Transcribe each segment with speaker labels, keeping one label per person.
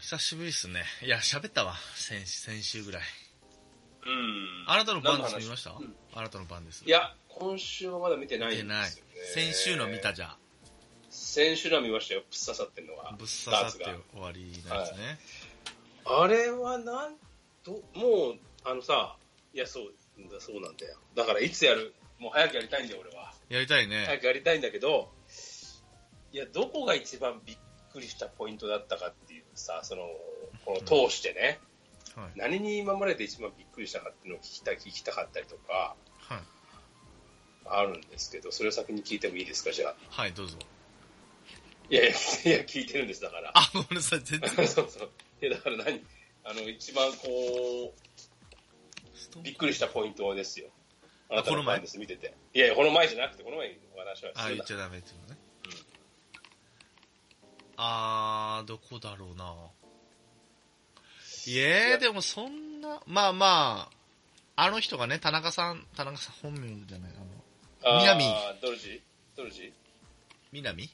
Speaker 1: 久しぶりっすね。いや、喋ったわ。先先週ぐらい。
Speaker 2: うん。
Speaker 1: あなたの番
Speaker 2: 何
Speaker 1: です
Speaker 2: 話
Speaker 1: 見ました、
Speaker 2: うん
Speaker 1: あなたの番です。
Speaker 2: いや、今週はまだ見てない
Speaker 1: 見て
Speaker 2: んで
Speaker 1: ない
Speaker 2: すよ、。ね。
Speaker 1: 先週の見たじゃん。
Speaker 2: 先週のは見ましたよ。ぶっ刺さってんのは。
Speaker 1: ぶっ刺さって
Speaker 2: ダーツ
Speaker 1: 終わりなんですね。
Speaker 2: があれはなんと、もう、あのさ、いや、そう、だそうなんだよ。だから、いつやるもう早くやりたいんだよ、俺は。
Speaker 1: やりたいね。
Speaker 2: 早くやりたいんだけど、いや、どこが一番びっくりしたポイントだったかっていうさ、その、この通してね、
Speaker 1: はい。
Speaker 2: 何に今までで一番びっくりしたかっていうのを聞きた聞きたかったりとか、
Speaker 1: はい。
Speaker 2: あるんですけど、それを先に聞いてもいいですか、じゃあ。
Speaker 1: はい、どうぞ。
Speaker 2: いやいや、いや聞いてるんです、だから。
Speaker 1: あ、ごめんなさい。全然。
Speaker 2: そうそう。いや、だから何あの、一番こう、びっくりしたポイントですよ。あなた
Speaker 1: この
Speaker 2: の
Speaker 1: 前
Speaker 2: 前です、見てて。いやいや、この前じゃなくて、この前お話は
Speaker 1: あ、
Speaker 2: して。
Speaker 1: 言ったちゃダメっていうのね。
Speaker 2: うん
Speaker 1: あー、どこだろうな。いえー、でもそんな、まあまあ、あの人がね、田中さん、田中さん本名じゃない、あの、
Speaker 2: あー
Speaker 1: 南
Speaker 2: ドルジドルジ
Speaker 1: 南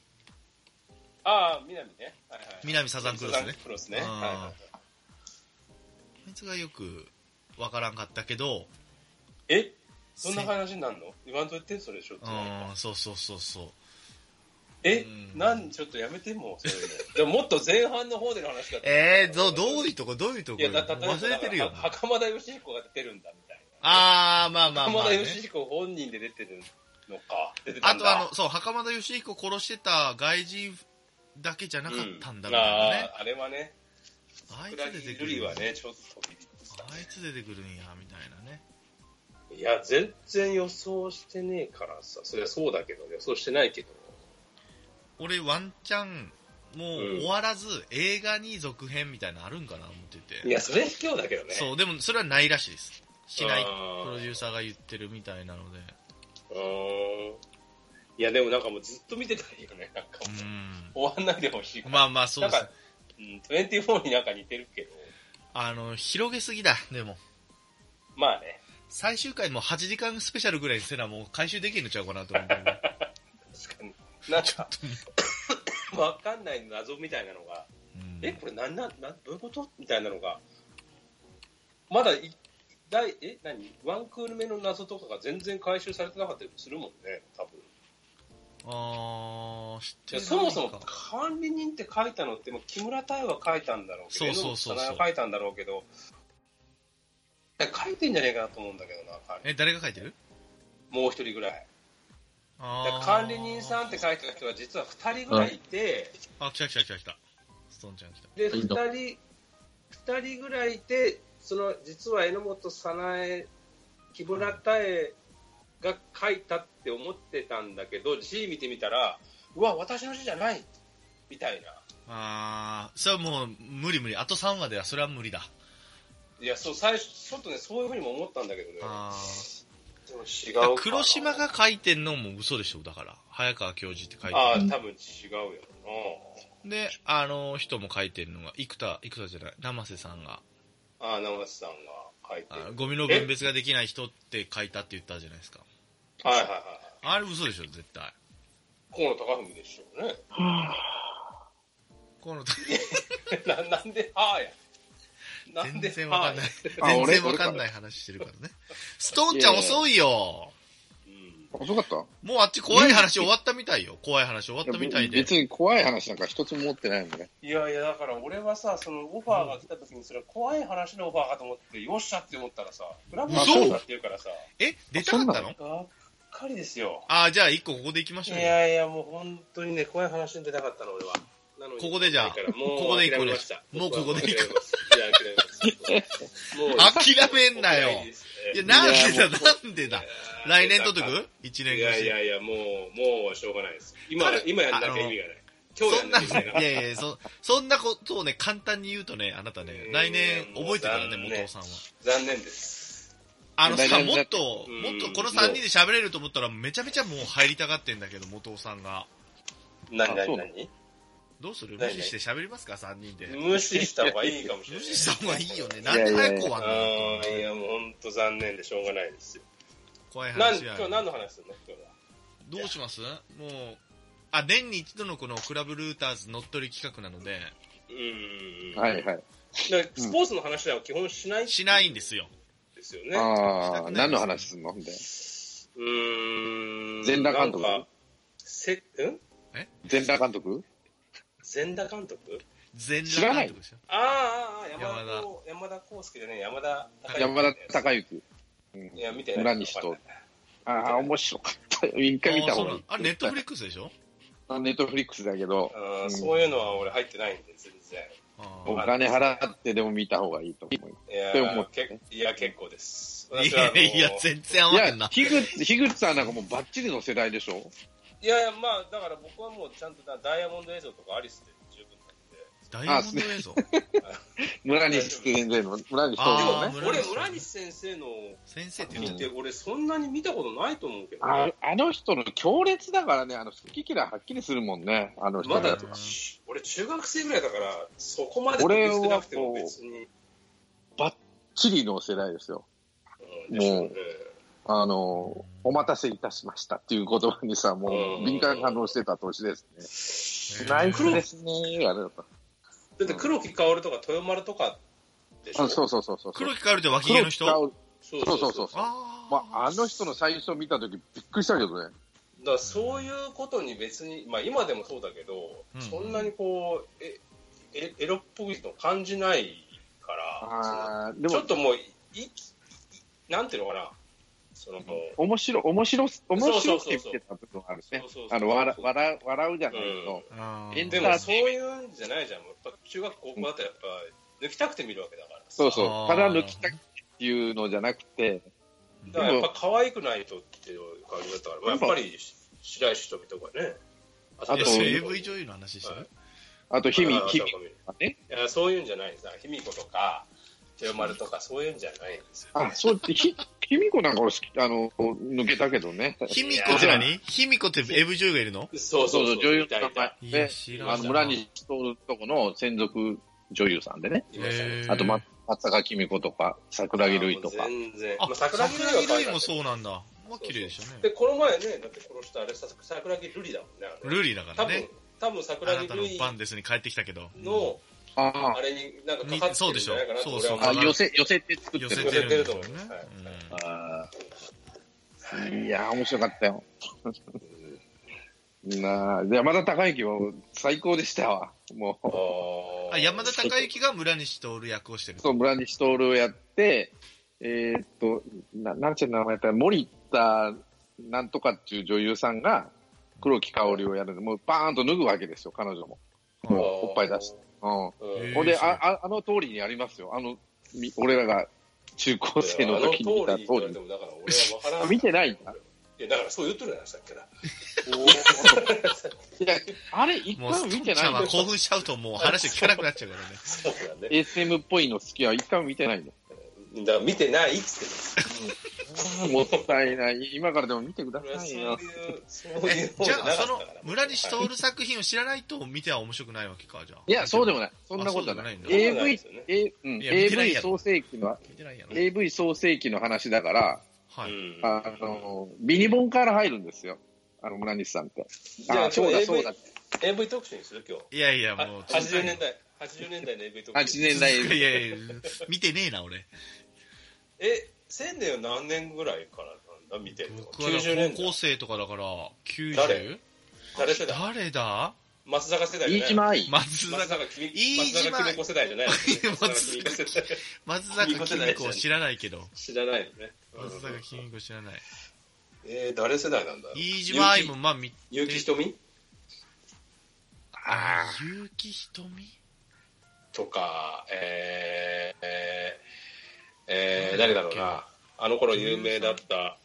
Speaker 2: ああ、南ね。はいはい。
Speaker 1: 南サザンクロスね
Speaker 2: サザクロスね。は
Speaker 1: う
Speaker 2: い
Speaker 1: ん
Speaker 2: はいはい。
Speaker 1: あいつがよくわからんかったけど、
Speaker 2: えそんな話になるの今のと言ってそれでしょって
Speaker 1: うん、そうそうそうそう。
Speaker 2: え
Speaker 1: うん
Speaker 2: なん、ちょっとやめてもう、そういう の。でももっと前半の方での話だった。
Speaker 1: えー、ど、どういうとこ、どういうとこ
Speaker 2: いや、だ例えば
Speaker 1: 忘れてるよ
Speaker 2: だ。から袴田義彦が出てるんだ、みたいな。
Speaker 1: あー、まあまあま
Speaker 2: 袴
Speaker 1: あ、
Speaker 2: 田
Speaker 1: ね。
Speaker 2: 義彦本人で出てるのか。出てた
Speaker 1: あ
Speaker 2: ん
Speaker 1: と
Speaker 2: だ
Speaker 1: あの、そう、袴田義彦殺してた外人だけじゃなかったんだ
Speaker 2: う
Speaker 1: みたいな
Speaker 2: あ
Speaker 1: ね。
Speaker 2: ーあれはね、
Speaker 1: あいつ
Speaker 2: 桜
Speaker 1: 出てく
Speaker 2: 木瑠
Speaker 1: る
Speaker 2: 璃
Speaker 1: よ
Speaker 2: はね、ちょっと飛び
Speaker 1: あいつ出てくるんや、みたいなね。
Speaker 2: いや、全然予想してねえからさ、そりゃそうだけど、予想してないけど。
Speaker 1: 俺、ワンチャン、もう
Speaker 2: うん
Speaker 1: 終わらず、映画に続編みたいなのあるんかな、思ってて。
Speaker 2: いや、それ卑怯だけどね。
Speaker 1: そう、でもそれはないらしいです。しない、
Speaker 2: あー
Speaker 1: プロデューサーが言ってるみたいなので。
Speaker 2: うーん。いや、でもなんかもうずっと見てたいよね、なんか
Speaker 1: う
Speaker 2: も
Speaker 1: ん。
Speaker 2: う。終わんないでほしいから。
Speaker 1: まあまあ、そうで
Speaker 2: な
Speaker 1: す
Speaker 2: んか。、うん、24になんか似てるけど、
Speaker 1: あの、広げすぎだ、でも。
Speaker 2: まあね、
Speaker 1: 最終回も8時間スペシャルぐらいにせな、もう回収できんのちゃうかなと思って。
Speaker 2: 確かに。なんか、 わかんない謎みたいなのが、
Speaker 1: うん
Speaker 2: え、これなんなん、なん、どういうことみたいなのが、まだい、第、え、何ワンクール目の謎とかが全然回収されてなかったりするもんね、多分。
Speaker 1: あー、知って
Speaker 2: いや
Speaker 1: る
Speaker 2: そもそ
Speaker 1: な
Speaker 2: も
Speaker 1: んか
Speaker 2: 管理人って書いたのって、もう木村太は書いたんだろうけ
Speaker 1: そ
Speaker 2: ど、
Speaker 1: うそうそうそう
Speaker 2: 江本早苗は書いたんだろうけど、書いてんじゃねえかなと思うんだけどな、管理
Speaker 1: え、誰が書いてる
Speaker 2: もう一人ぐらい。だから
Speaker 1: あー
Speaker 2: 管理人さんって書いてた人は実は二人ぐらいいて、
Speaker 1: あ、来た来た来た来た。ストンちゃん来た。
Speaker 2: で、
Speaker 3: はい
Speaker 2: 二人、二人ぐらいいて、その、実は榎本早苗、木村多江が書いたって思ってたんだけど、字見てみたら、うわ、私の字じゃないみたいな。
Speaker 1: あー、それはもう無理無理。あと3話ではそれは無理だ。
Speaker 2: いや、そう、最初、ちょっとね、そういうふうにも思ったんだけどね。
Speaker 1: あ
Speaker 2: でも違う
Speaker 1: ー
Speaker 2: か。
Speaker 1: 黒島が書いてんのも嘘でしょ、だから。早川教授って書い
Speaker 2: あ
Speaker 1: て
Speaker 2: あ、多分違うよ
Speaker 1: る。で、あの人も書いてんのが、生田、生田じゃない、生瀬さんが、
Speaker 2: な。ああ、直瀬さんが書いて
Speaker 1: あ
Speaker 2: る。
Speaker 1: ゴミの分別ができない人って書いたって言ったじゃないですか。
Speaker 2: はいはいはい。
Speaker 1: あれ嘘でしょ、絶対。
Speaker 2: 河野隆文でしょうね。
Speaker 1: この、
Speaker 2: ななんで、はあや。なんで、
Speaker 1: 全然わかんない
Speaker 2: は。
Speaker 3: あ
Speaker 1: 全
Speaker 3: 俺
Speaker 1: 然わかんない話してるからね。ストーンちゃん遅いよ。
Speaker 2: あやうん
Speaker 3: 遅かった
Speaker 1: もうあっち怖い話終わったみたいよ。怖い話終わっ
Speaker 3: いや
Speaker 1: たみたいで。
Speaker 3: 別に怖い話なんか一つも持ってないもんね。
Speaker 2: いやいや、だから俺はさ、そのオファーが来た時に、それは怖い話のオファーかと思って、よっしゃって思ったらさ、クラブハウスになってるからさ、
Speaker 1: え出たかった
Speaker 3: そん
Speaker 1: の
Speaker 2: がっかりですよ。
Speaker 1: ああ、じゃあ一個ここで行きま
Speaker 2: い
Speaker 1: しょうよ。
Speaker 2: やいや、もう本当にね、怖い話に出たかったの、俺は。なのに
Speaker 1: ここでじゃあ
Speaker 2: だからもう
Speaker 1: ここで行こう
Speaker 2: 諦めました
Speaker 1: もうここで行こ
Speaker 2: 僕は諦めますいや、 諦めます。もう
Speaker 1: 諦めんなよ
Speaker 2: もういいですね
Speaker 1: いや、なんで
Speaker 3: いや
Speaker 1: だ、なんでだ。来年ととく ?1 年
Speaker 2: い
Speaker 1: 越
Speaker 2: やい
Speaker 1: し。
Speaker 2: やいや、もう、もうしょうがないです。今
Speaker 1: 彼、
Speaker 2: 今やんなきゃ意味がない。今日や
Speaker 1: そ
Speaker 2: ん
Speaker 1: ん
Speaker 2: な
Speaker 1: な、
Speaker 2: きゃ意味がない
Speaker 1: い。やいや、そ、そんなことをね、簡単に言うとね、あなたね
Speaker 2: う、ん
Speaker 1: 来年覚えてるからね、
Speaker 2: もう残念
Speaker 1: 元尾さんは。
Speaker 2: 残念です。
Speaker 1: あのさ、
Speaker 3: 来年
Speaker 1: も
Speaker 3: だ
Speaker 1: っ
Speaker 3: って
Speaker 1: と、
Speaker 2: うん
Speaker 1: もっとこの3人で喋れると思ったら、めちゃめちゃもう入りたがってんだけど、元尾さんが。
Speaker 2: 何
Speaker 3: あ
Speaker 2: 何
Speaker 3: そうなの
Speaker 2: 何
Speaker 1: どうする
Speaker 2: ない
Speaker 1: 無視して喋りますか、3人で。
Speaker 2: 無視した方がいいかもしれ
Speaker 1: 無
Speaker 2: ない。
Speaker 1: 視した方がいいよね。
Speaker 2: い
Speaker 1: な
Speaker 3: や
Speaker 1: ん
Speaker 3: いや
Speaker 1: で
Speaker 3: いや
Speaker 1: 早く終わんの
Speaker 2: うん、いや、もう本当残念でしょうがないですよ。
Speaker 1: 怖い
Speaker 2: なん
Speaker 1: 話
Speaker 2: 今
Speaker 1: や。
Speaker 2: 日何の話するの今日は。
Speaker 1: どうしますもう、あ、年に一度のこのクラブルーターズ乗っ取り企画なので、
Speaker 2: うん。
Speaker 3: はいは
Speaker 2: だ
Speaker 3: い。
Speaker 2: からスポーツの話では基本しないん
Speaker 1: しないんですよ。
Speaker 2: ですよね。
Speaker 3: ああ、何の話すんのみたいな。
Speaker 2: うーん。
Speaker 3: 全裸監督
Speaker 2: なんかせ、ん
Speaker 3: 全裸監督
Speaker 2: 全裸監督
Speaker 1: 全
Speaker 3: 知ら
Speaker 1: 裸
Speaker 3: ない
Speaker 1: 監督ですよ。
Speaker 2: ああ、ああ
Speaker 1: 山田
Speaker 2: 山田こう、山田康介じゃねえ、山田孝之
Speaker 3: 山田孝之。
Speaker 2: いや、見て
Speaker 3: 村西とああ、面白かった。一回見た方がいい。
Speaker 1: あ、ネットフリックスでしょ
Speaker 3: ネットフリックスだけど、
Speaker 2: う、
Speaker 3: うんん
Speaker 2: そういうのは俺入ってないんで、全然。
Speaker 1: あ
Speaker 3: お
Speaker 1: ー
Speaker 3: 金払ってでも見た方がいいと思う。
Speaker 2: いや
Speaker 3: でも
Speaker 2: ー、けいや結構です。
Speaker 1: い
Speaker 2: 私はあ
Speaker 1: や
Speaker 2: のー
Speaker 1: いや、全然合
Speaker 3: い
Speaker 1: わへ
Speaker 3: や
Speaker 1: んな、。
Speaker 3: 樋口樋口さんなんかもうバッチリの世代でしょ
Speaker 2: いやいや、まあ、だから僕はもうちゃんとだダイヤモンド映像とかアリスで十分
Speaker 1: ダイヤモンド映像。
Speaker 3: 村西先生の、村西先
Speaker 1: あー
Speaker 3: 生
Speaker 2: なんで。で
Speaker 3: ね。
Speaker 1: 村西
Speaker 2: も、俺、村西先生の
Speaker 1: 先生って言っ
Speaker 2: 見
Speaker 1: て
Speaker 2: て、俺そんなに見たことないと思うけどね、
Speaker 3: ああの人の強烈だからね、あの好き嫌いはっきりするもんね、あの人
Speaker 2: ま
Speaker 3: の
Speaker 2: だ
Speaker 3: や
Speaker 1: う
Speaker 3: つ
Speaker 1: ん
Speaker 2: し俺中学生ぐらいだからそこまで得意してなくても
Speaker 3: 俺はこう
Speaker 2: 別に
Speaker 3: チリの世代ですよ。
Speaker 2: うんでしょうね
Speaker 3: あの、お待たせいたしましたっていう言葉にさ、もう敏感に反応してた年ですね。ナイスですね、あれだった。
Speaker 2: だって黒木薫とか豊丸とかでしょ
Speaker 3: あそうそうそうそう。
Speaker 1: 黒木薫って脇毛
Speaker 3: 黒
Speaker 1: の
Speaker 3: 木
Speaker 1: 人
Speaker 3: 薫
Speaker 2: そう
Speaker 3: そうそうそう
Speaker 2: だか
Speaker 1: あー
Speaker 3: まあ、あの人の最初見たときびっくりしたけどね。
Speaker 2: らそういうことに別にまあ今でもそうだけど、
Speaker 1: うん
Speaker 2: そんなにこうええエロっぽいの感じないからその
Speaker 3: ああ、で
Speaker 2: ちょっ
Speaker 3: も、
Speaker 2: ともういいいなんていうのかなその
Speaker 3: 面白、面白す、面白くて見てた部分ある
Speaker 2: そう
Speaker 3: ね
Speaker 2: そうそうそうそうそう。そう
Speaker 3: あの、笑、笑う、笑うじゃないけど。
Speaker 1: あ
Speaker 3: エ
Speaker 1: ー
Speaker 3: ン
Speaker 2: で
Speaker 3: タ
Speaker 2: もそういうんじゃないじゃんもうやっぱ中学高校だったらやっぱ抜きたくて見るわけだから
Speaker 3: そうそ
Speaker 1: あー
Speaker 3: う。ただ抜きたくっていうのじゃなくて、
Speaker 2: だからやっぱ可愛くないとっていう感じだったから、まあ、やっぱり白石瞳とかね。
Speaker 3: あ
Speaker 1: いや、
Speaker 3: と
Speaker 1: そう AV 女優の話してる
Speaker 3: あと、ひみ
Speaker 2: あ、
Speaker 3: ひみ
Speaker 2: ひみ
Speaker 3: とかね。
Speaker 2: いやそういうんじゃないです。ひみ子とか、豊丸とか、そういうんじゃないんですよ。
Speaker 3: あ、そう、ひ、ひみこなんか俺好き、あの、抜けたけどね。
Speaker 1: 卑弥呼って何卑弥呼って AV 女優がいるの
Speaker 2: そう
Speaker 3: そ
Speaker 2: そうう
Speaker 3: そ
Speaker 2: そうう、
Speaker 3: 女優
Speaker 2: いた
Speaker 3: の
Speaker 2: いた。
Speaker 1: い
Speaker 3: 名前
Speaker 1: や、
Speaker 3: で、
Speaker 1: 知らん
Speaker 3: あの村西徹とこの専属女優さんでね。
Speaker 2: いましたね
Speaker 1: へー
Speaker 3: あと、ま松坂紀美子とか、桜木瑠衣と
Speaker 2: も
Speaker 3: か
Speaker 2: う。全然。
Speaker 1: あ、
Speaker 2: まあ、
Speaker 1: 桜
Speaker 2: 桜
Speaker 1: 木瑠
Speaker 2: 木瑠衣は可
Speaker 1: 衣
Speaker 2: 愛か
Speaker 1: も
Speaker 2: ったけど
Speaker 1: そうなんだ。まあ、綺麗でしたね。
Speaker 2: で、この前ね、だって殺したあれ、さ桜木瑠璃だもんね。あれ
Speaker 1: ルーリーだか
Speaker 2: 多
Speaker 1: ら
Speaker 2: 分
Speaker 1: ね。、
Speaker 2: 多分
Speaker 1: あ
Speaker 2: 桜
Speaker 1: な
Speaker 2: 木
Speaker 1: たの
Speaker 2: 瑠
Speaker 1: バン
Speaker 2: 璃
Speaker 1: デスに帰ってきたけど。
Speaker 2: の、
Speaker 3: あ
Speaker 2: あれになんかかかってるんじゃないかなと
Speaker 1: そう
Speaker 2: 俺
Speaker 1: そう
Speaker 2: は
Speaker 3: あ、あ
Speaker 2: 思う。
Speaker 3: 寄せ、寄せて作って
Speaker 1: 寄
Speaker 3: る。
Speaker 1: せてるんですよね
Speaker 2: 寄せてると思いま。
Speaker 1: うん
Speaker 3: あーいやー、面白かったよ。 なあ、山田孝之も最高でしたわ。もう、
Speaker 2: あー
Speaker 1: あ、山田孝之が村西徹役をしてる。
Speaker 3: そう村西徹をやって、えーっと、ななんちゃう名前だったら、森田なんとかっていう女優さんが、黒木香織をやるの、もうバーンと脱ぐわけですよ、彼女も。もうおっぱい出して。うん。
Speaker 2: うん
Speaker 3: ほんで、
Speaker 1: そう
Speaker 3: あああの通りにありますよ。あの、み俺らが中高生の時に見た
Speaker 2: あの通りに言われ
Speaker 3: 通
Speaker 2: て
Speaker 3: り。
Speaker 2: もだから俺はわから
Speaker 3: あ
Speaker 2: ん
Speaker 3: 見てないんだ。
Speaker 2: いやだからそう言っとるやんさっきから
Speaker 3: いや、あれ、一
Speaker 1: もう、
Speaker 3: 回
Speaker 1: ス
Speaker 3: も
Speaker 1: ト
Speaker 3: 見
Speaker 1: ッ
Speaker 3: て
Speaker 1: ちゃん
Speaker 3: ない
Speaker 1: は
Speaker 3: の
Speaker 1: 興奮しちゃうともう話聞かなくなっちゃうからね。
Speaker 2: そうだね
Speaker 3: ?SM っぽいの好きは一回も見てないの。
Speaker 2: だから見てないっつって
Speaker 3: もったいない。今からでも見てくだ
Speaker 2: んだ
Speaker 3: さ
Speaker 2: そう
Speaker 3: い
Speaker 2: い
Speaker 3: よ。
Speaker 2: うそういう
Speaker 1: え、じゃあ、その、村
Speaker 2: に
Speaker 1: 西徹作品を知らないと見ては面白くないわけか、じゃあ。
Speaker 3: いや、そうでも
Speaker 1: ない。
Speaker 3: ない。そんなことはない。
Speaker 1: あそう
Speaker 2: でもない
Speaker 3: AV
Speaker 2: そうなん、
Speaker 3: A うん
Speaker 1: いや見てない
Speaker 3: AV
Speaker 1: やろ
Speaker 3: 創世紀の、
Speaker 1: 見てないやろ。
Speaker 3: AV 創世紀の話だから、
Speaker 1: はい。
Speaker 3: あの、ビニボンから入るんですよ。あの、村西さんって。
Speaker 2: じゃあ
Speaker 3: あ、そうだ、
Speaker 2: 今日
Speaker 3: そうだ。
Speaker 2: AV 特集にする今日
Speaker 1: いやいや、
Speaker 2: あ
Speaker 1: もう、
Speaker 2: 80年代80年代の AV 特
Speaker 3: 8
Speaker 2: 集
Speaker 3: 年代
Speaker 1: いやいやいや、見てねえな、俺。
Speaker 2: え千年は何年ぐらいからなんだ見てるの
Speaker 1: 僕はだか
Speaker 2: 90
Speaker 1: ら
Speaker 2: 年
Speaker 1: 高校
Speaker 2: 代
Speaker 1: 生とかだから、90?
Speaker 2: 誰誰世代
Speaker 1: 誰だ
Speaker 2: 松坂世代じゃ
Speaker 3: 飯
Speaker 2: ない
Speaker 3: 島愛。
Speaker 1: 松
Speaker 2: 松
Speaker 1: 坂、
Speaker 2: 坂君
Speaker 1: 飯
Speaker 2: 松
Speaker 1: 島
Speaker 2: 坂久美子世代じゃないよね
Speaker 1: や
Speaker 2: 松坂君子世代
Speaker 1: 松坂君美子を知らないけど。
Speaker 2: 知らないよね
Speaker 1: 松坂君美子知らない。
Speaker 2: えー、誰世代なんだ
Speaker 1: 飯島愛も、まあ、み、
Speaker 2: 結城瞳
Speaker 3: ああ。
Speaker 1: 結城ひとみ
Speaker 2: とか、えー、えー、えー、誰だろうな。あの頃有名だった。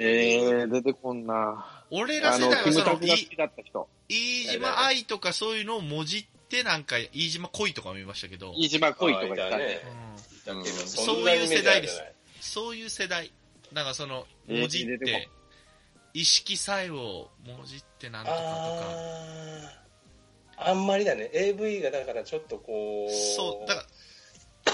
Speaker 3: えー、出てこんな。
Speaker 1: 俺ら
Speaker 3: あ
Speaker 1: 世
Speaker 3: の、
Speaker 1: 代
Speaker 3: キ
Speaker 1: は
Speaker 3: ム
Speaker 1: そ
Speaker 3: タ
Speaker 1: の、
Speaker 3: クが好
Speaker 1: い
Speaker 3: きだった人。
Speaker 1: 飯島愛とかそういうのをもじって、なんか、飯島恋とか見ましたけど、
Speaker 3: 飯島恋とかいた
Speaker 1: うん
Speaker 2: あい
Speaker 3: ね。
Speaker 2: たね。だけど、
Speaker 3: うん
Speaker 2: そんなにメジャーじゃない。
Speaker 1: そういう世代。なんかその、
Speaker 3: えー
Speaker 1: もじっ
Speaker 3: 出て
Speaker 1: て、意識さえをもじってなんとかとか。
Speaker 2: あー、あんまりだね。AV がだからちょっとこう。
Speaker 1: そう、だから、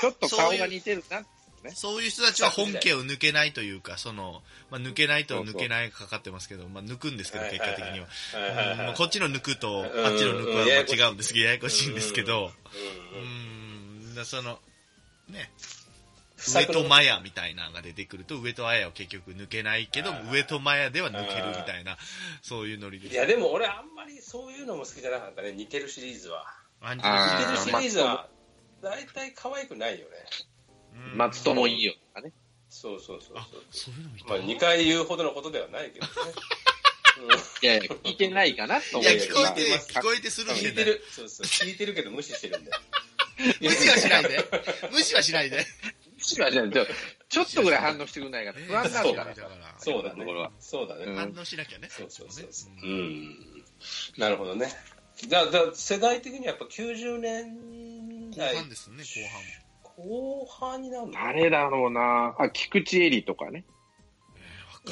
Speaker 3: ちょっと顔が似てるなっね。
Speaker 1: そういう人たちは本家を抜けないというか、その、まあ、抜けないと抜けないがかかってますけど、まあ、抜くんですけど、
Speaker 2: はい
Speaker 1: 結
Speaker 2: はい
Speaker 1: 果
Speaker 2: はい
Speaker 1: 的には。
Speaker 2: はいはいはい
Speaker 1: うんこっちの抜くと、
Speaker 2: ん
Speaker 1: あっちの抜くは
Speaker 2: ややこし
Speaker 1: まあ
Speaker 2: い
Speaker 1: 違うんですけど、ややこしいんですけど、
Speaker 2: う
Speaker 1: うん
Speaker 2: うん
Speaker 1: ん、だその、ね、
Speaker 2: 不
Speaker 1: 上
Speaker 2: 作の
Speaker 1: 戸マヤみたいなのが出てくると、上戸綾を結局抜けないけど
Speaker 2: あ、ー
Speaker 1: 上戸マヤでは抜けるみたいな、そういうノリで
Speaker 2: い
Speaker 1: す。
Speaker 2: やでも俺あんまりそういうのも好きじゃなかったね似てるシリーズは
Speaker 1: あ似て
Speaker 3: あ
Speaker 2: 似て
Speaker 3: ー
Speaker 2: るシリーズ
Speaker 3: ま
Speaker 2: は大体可愛くないよね
Speaker 1: うん
Speaker 3: 松友いいよとかね。
Speaker 2: そうそうそう
Speaker 1: あ
Speaker 2: そう、
Speaker 1: そういうの見た
Speaker 2: まあ、2回言うほどのことではない けどね、
Speaker 3: いやいや、聞いてないかな
Speaker 1: い
Speaker 3: と思
Speaker 1: や、
Speaker 3: う
Speaker 1: 聞こえてる
Speaker 2: まあ、
Speaker 1: 聞こえてす
Speaker 2: う
Speaker 1: る
Speaker 2: ん、
Speaker 1: ん
Speaker 2: 聞い
Speaker 1: で
Speaker 2: て
Speaker 1: ね。
Speaker 2: るそうそう聞いてるけど無視して るんだよ
Speaker 1: 無視はしないで。無視はし ないで。
Speaker 3: しばしばちょちょっとぐらい反応してくんないから 不安になるから。
Speaker 2: そうだ
Speaker 3: ところ
Speaker 2: ね
Speaker 3: は
Speaker 2: そうだね、
Speaker 3: うん
Speaker 1: 反応しなきゃね。
Speaker 2: そうそうそうそうう、
Speaker 1: ん
Speaker 2: うん、なるほどねじゃあじゃあ世代的にはやっぱ90年
Speaker 1: 後
Speaker 2: 代
Speaker 1: 半ですね、後半。
Speaker 2: 後半になるの
Speaker 3: 誰だろうなあ、菊池エリとかね。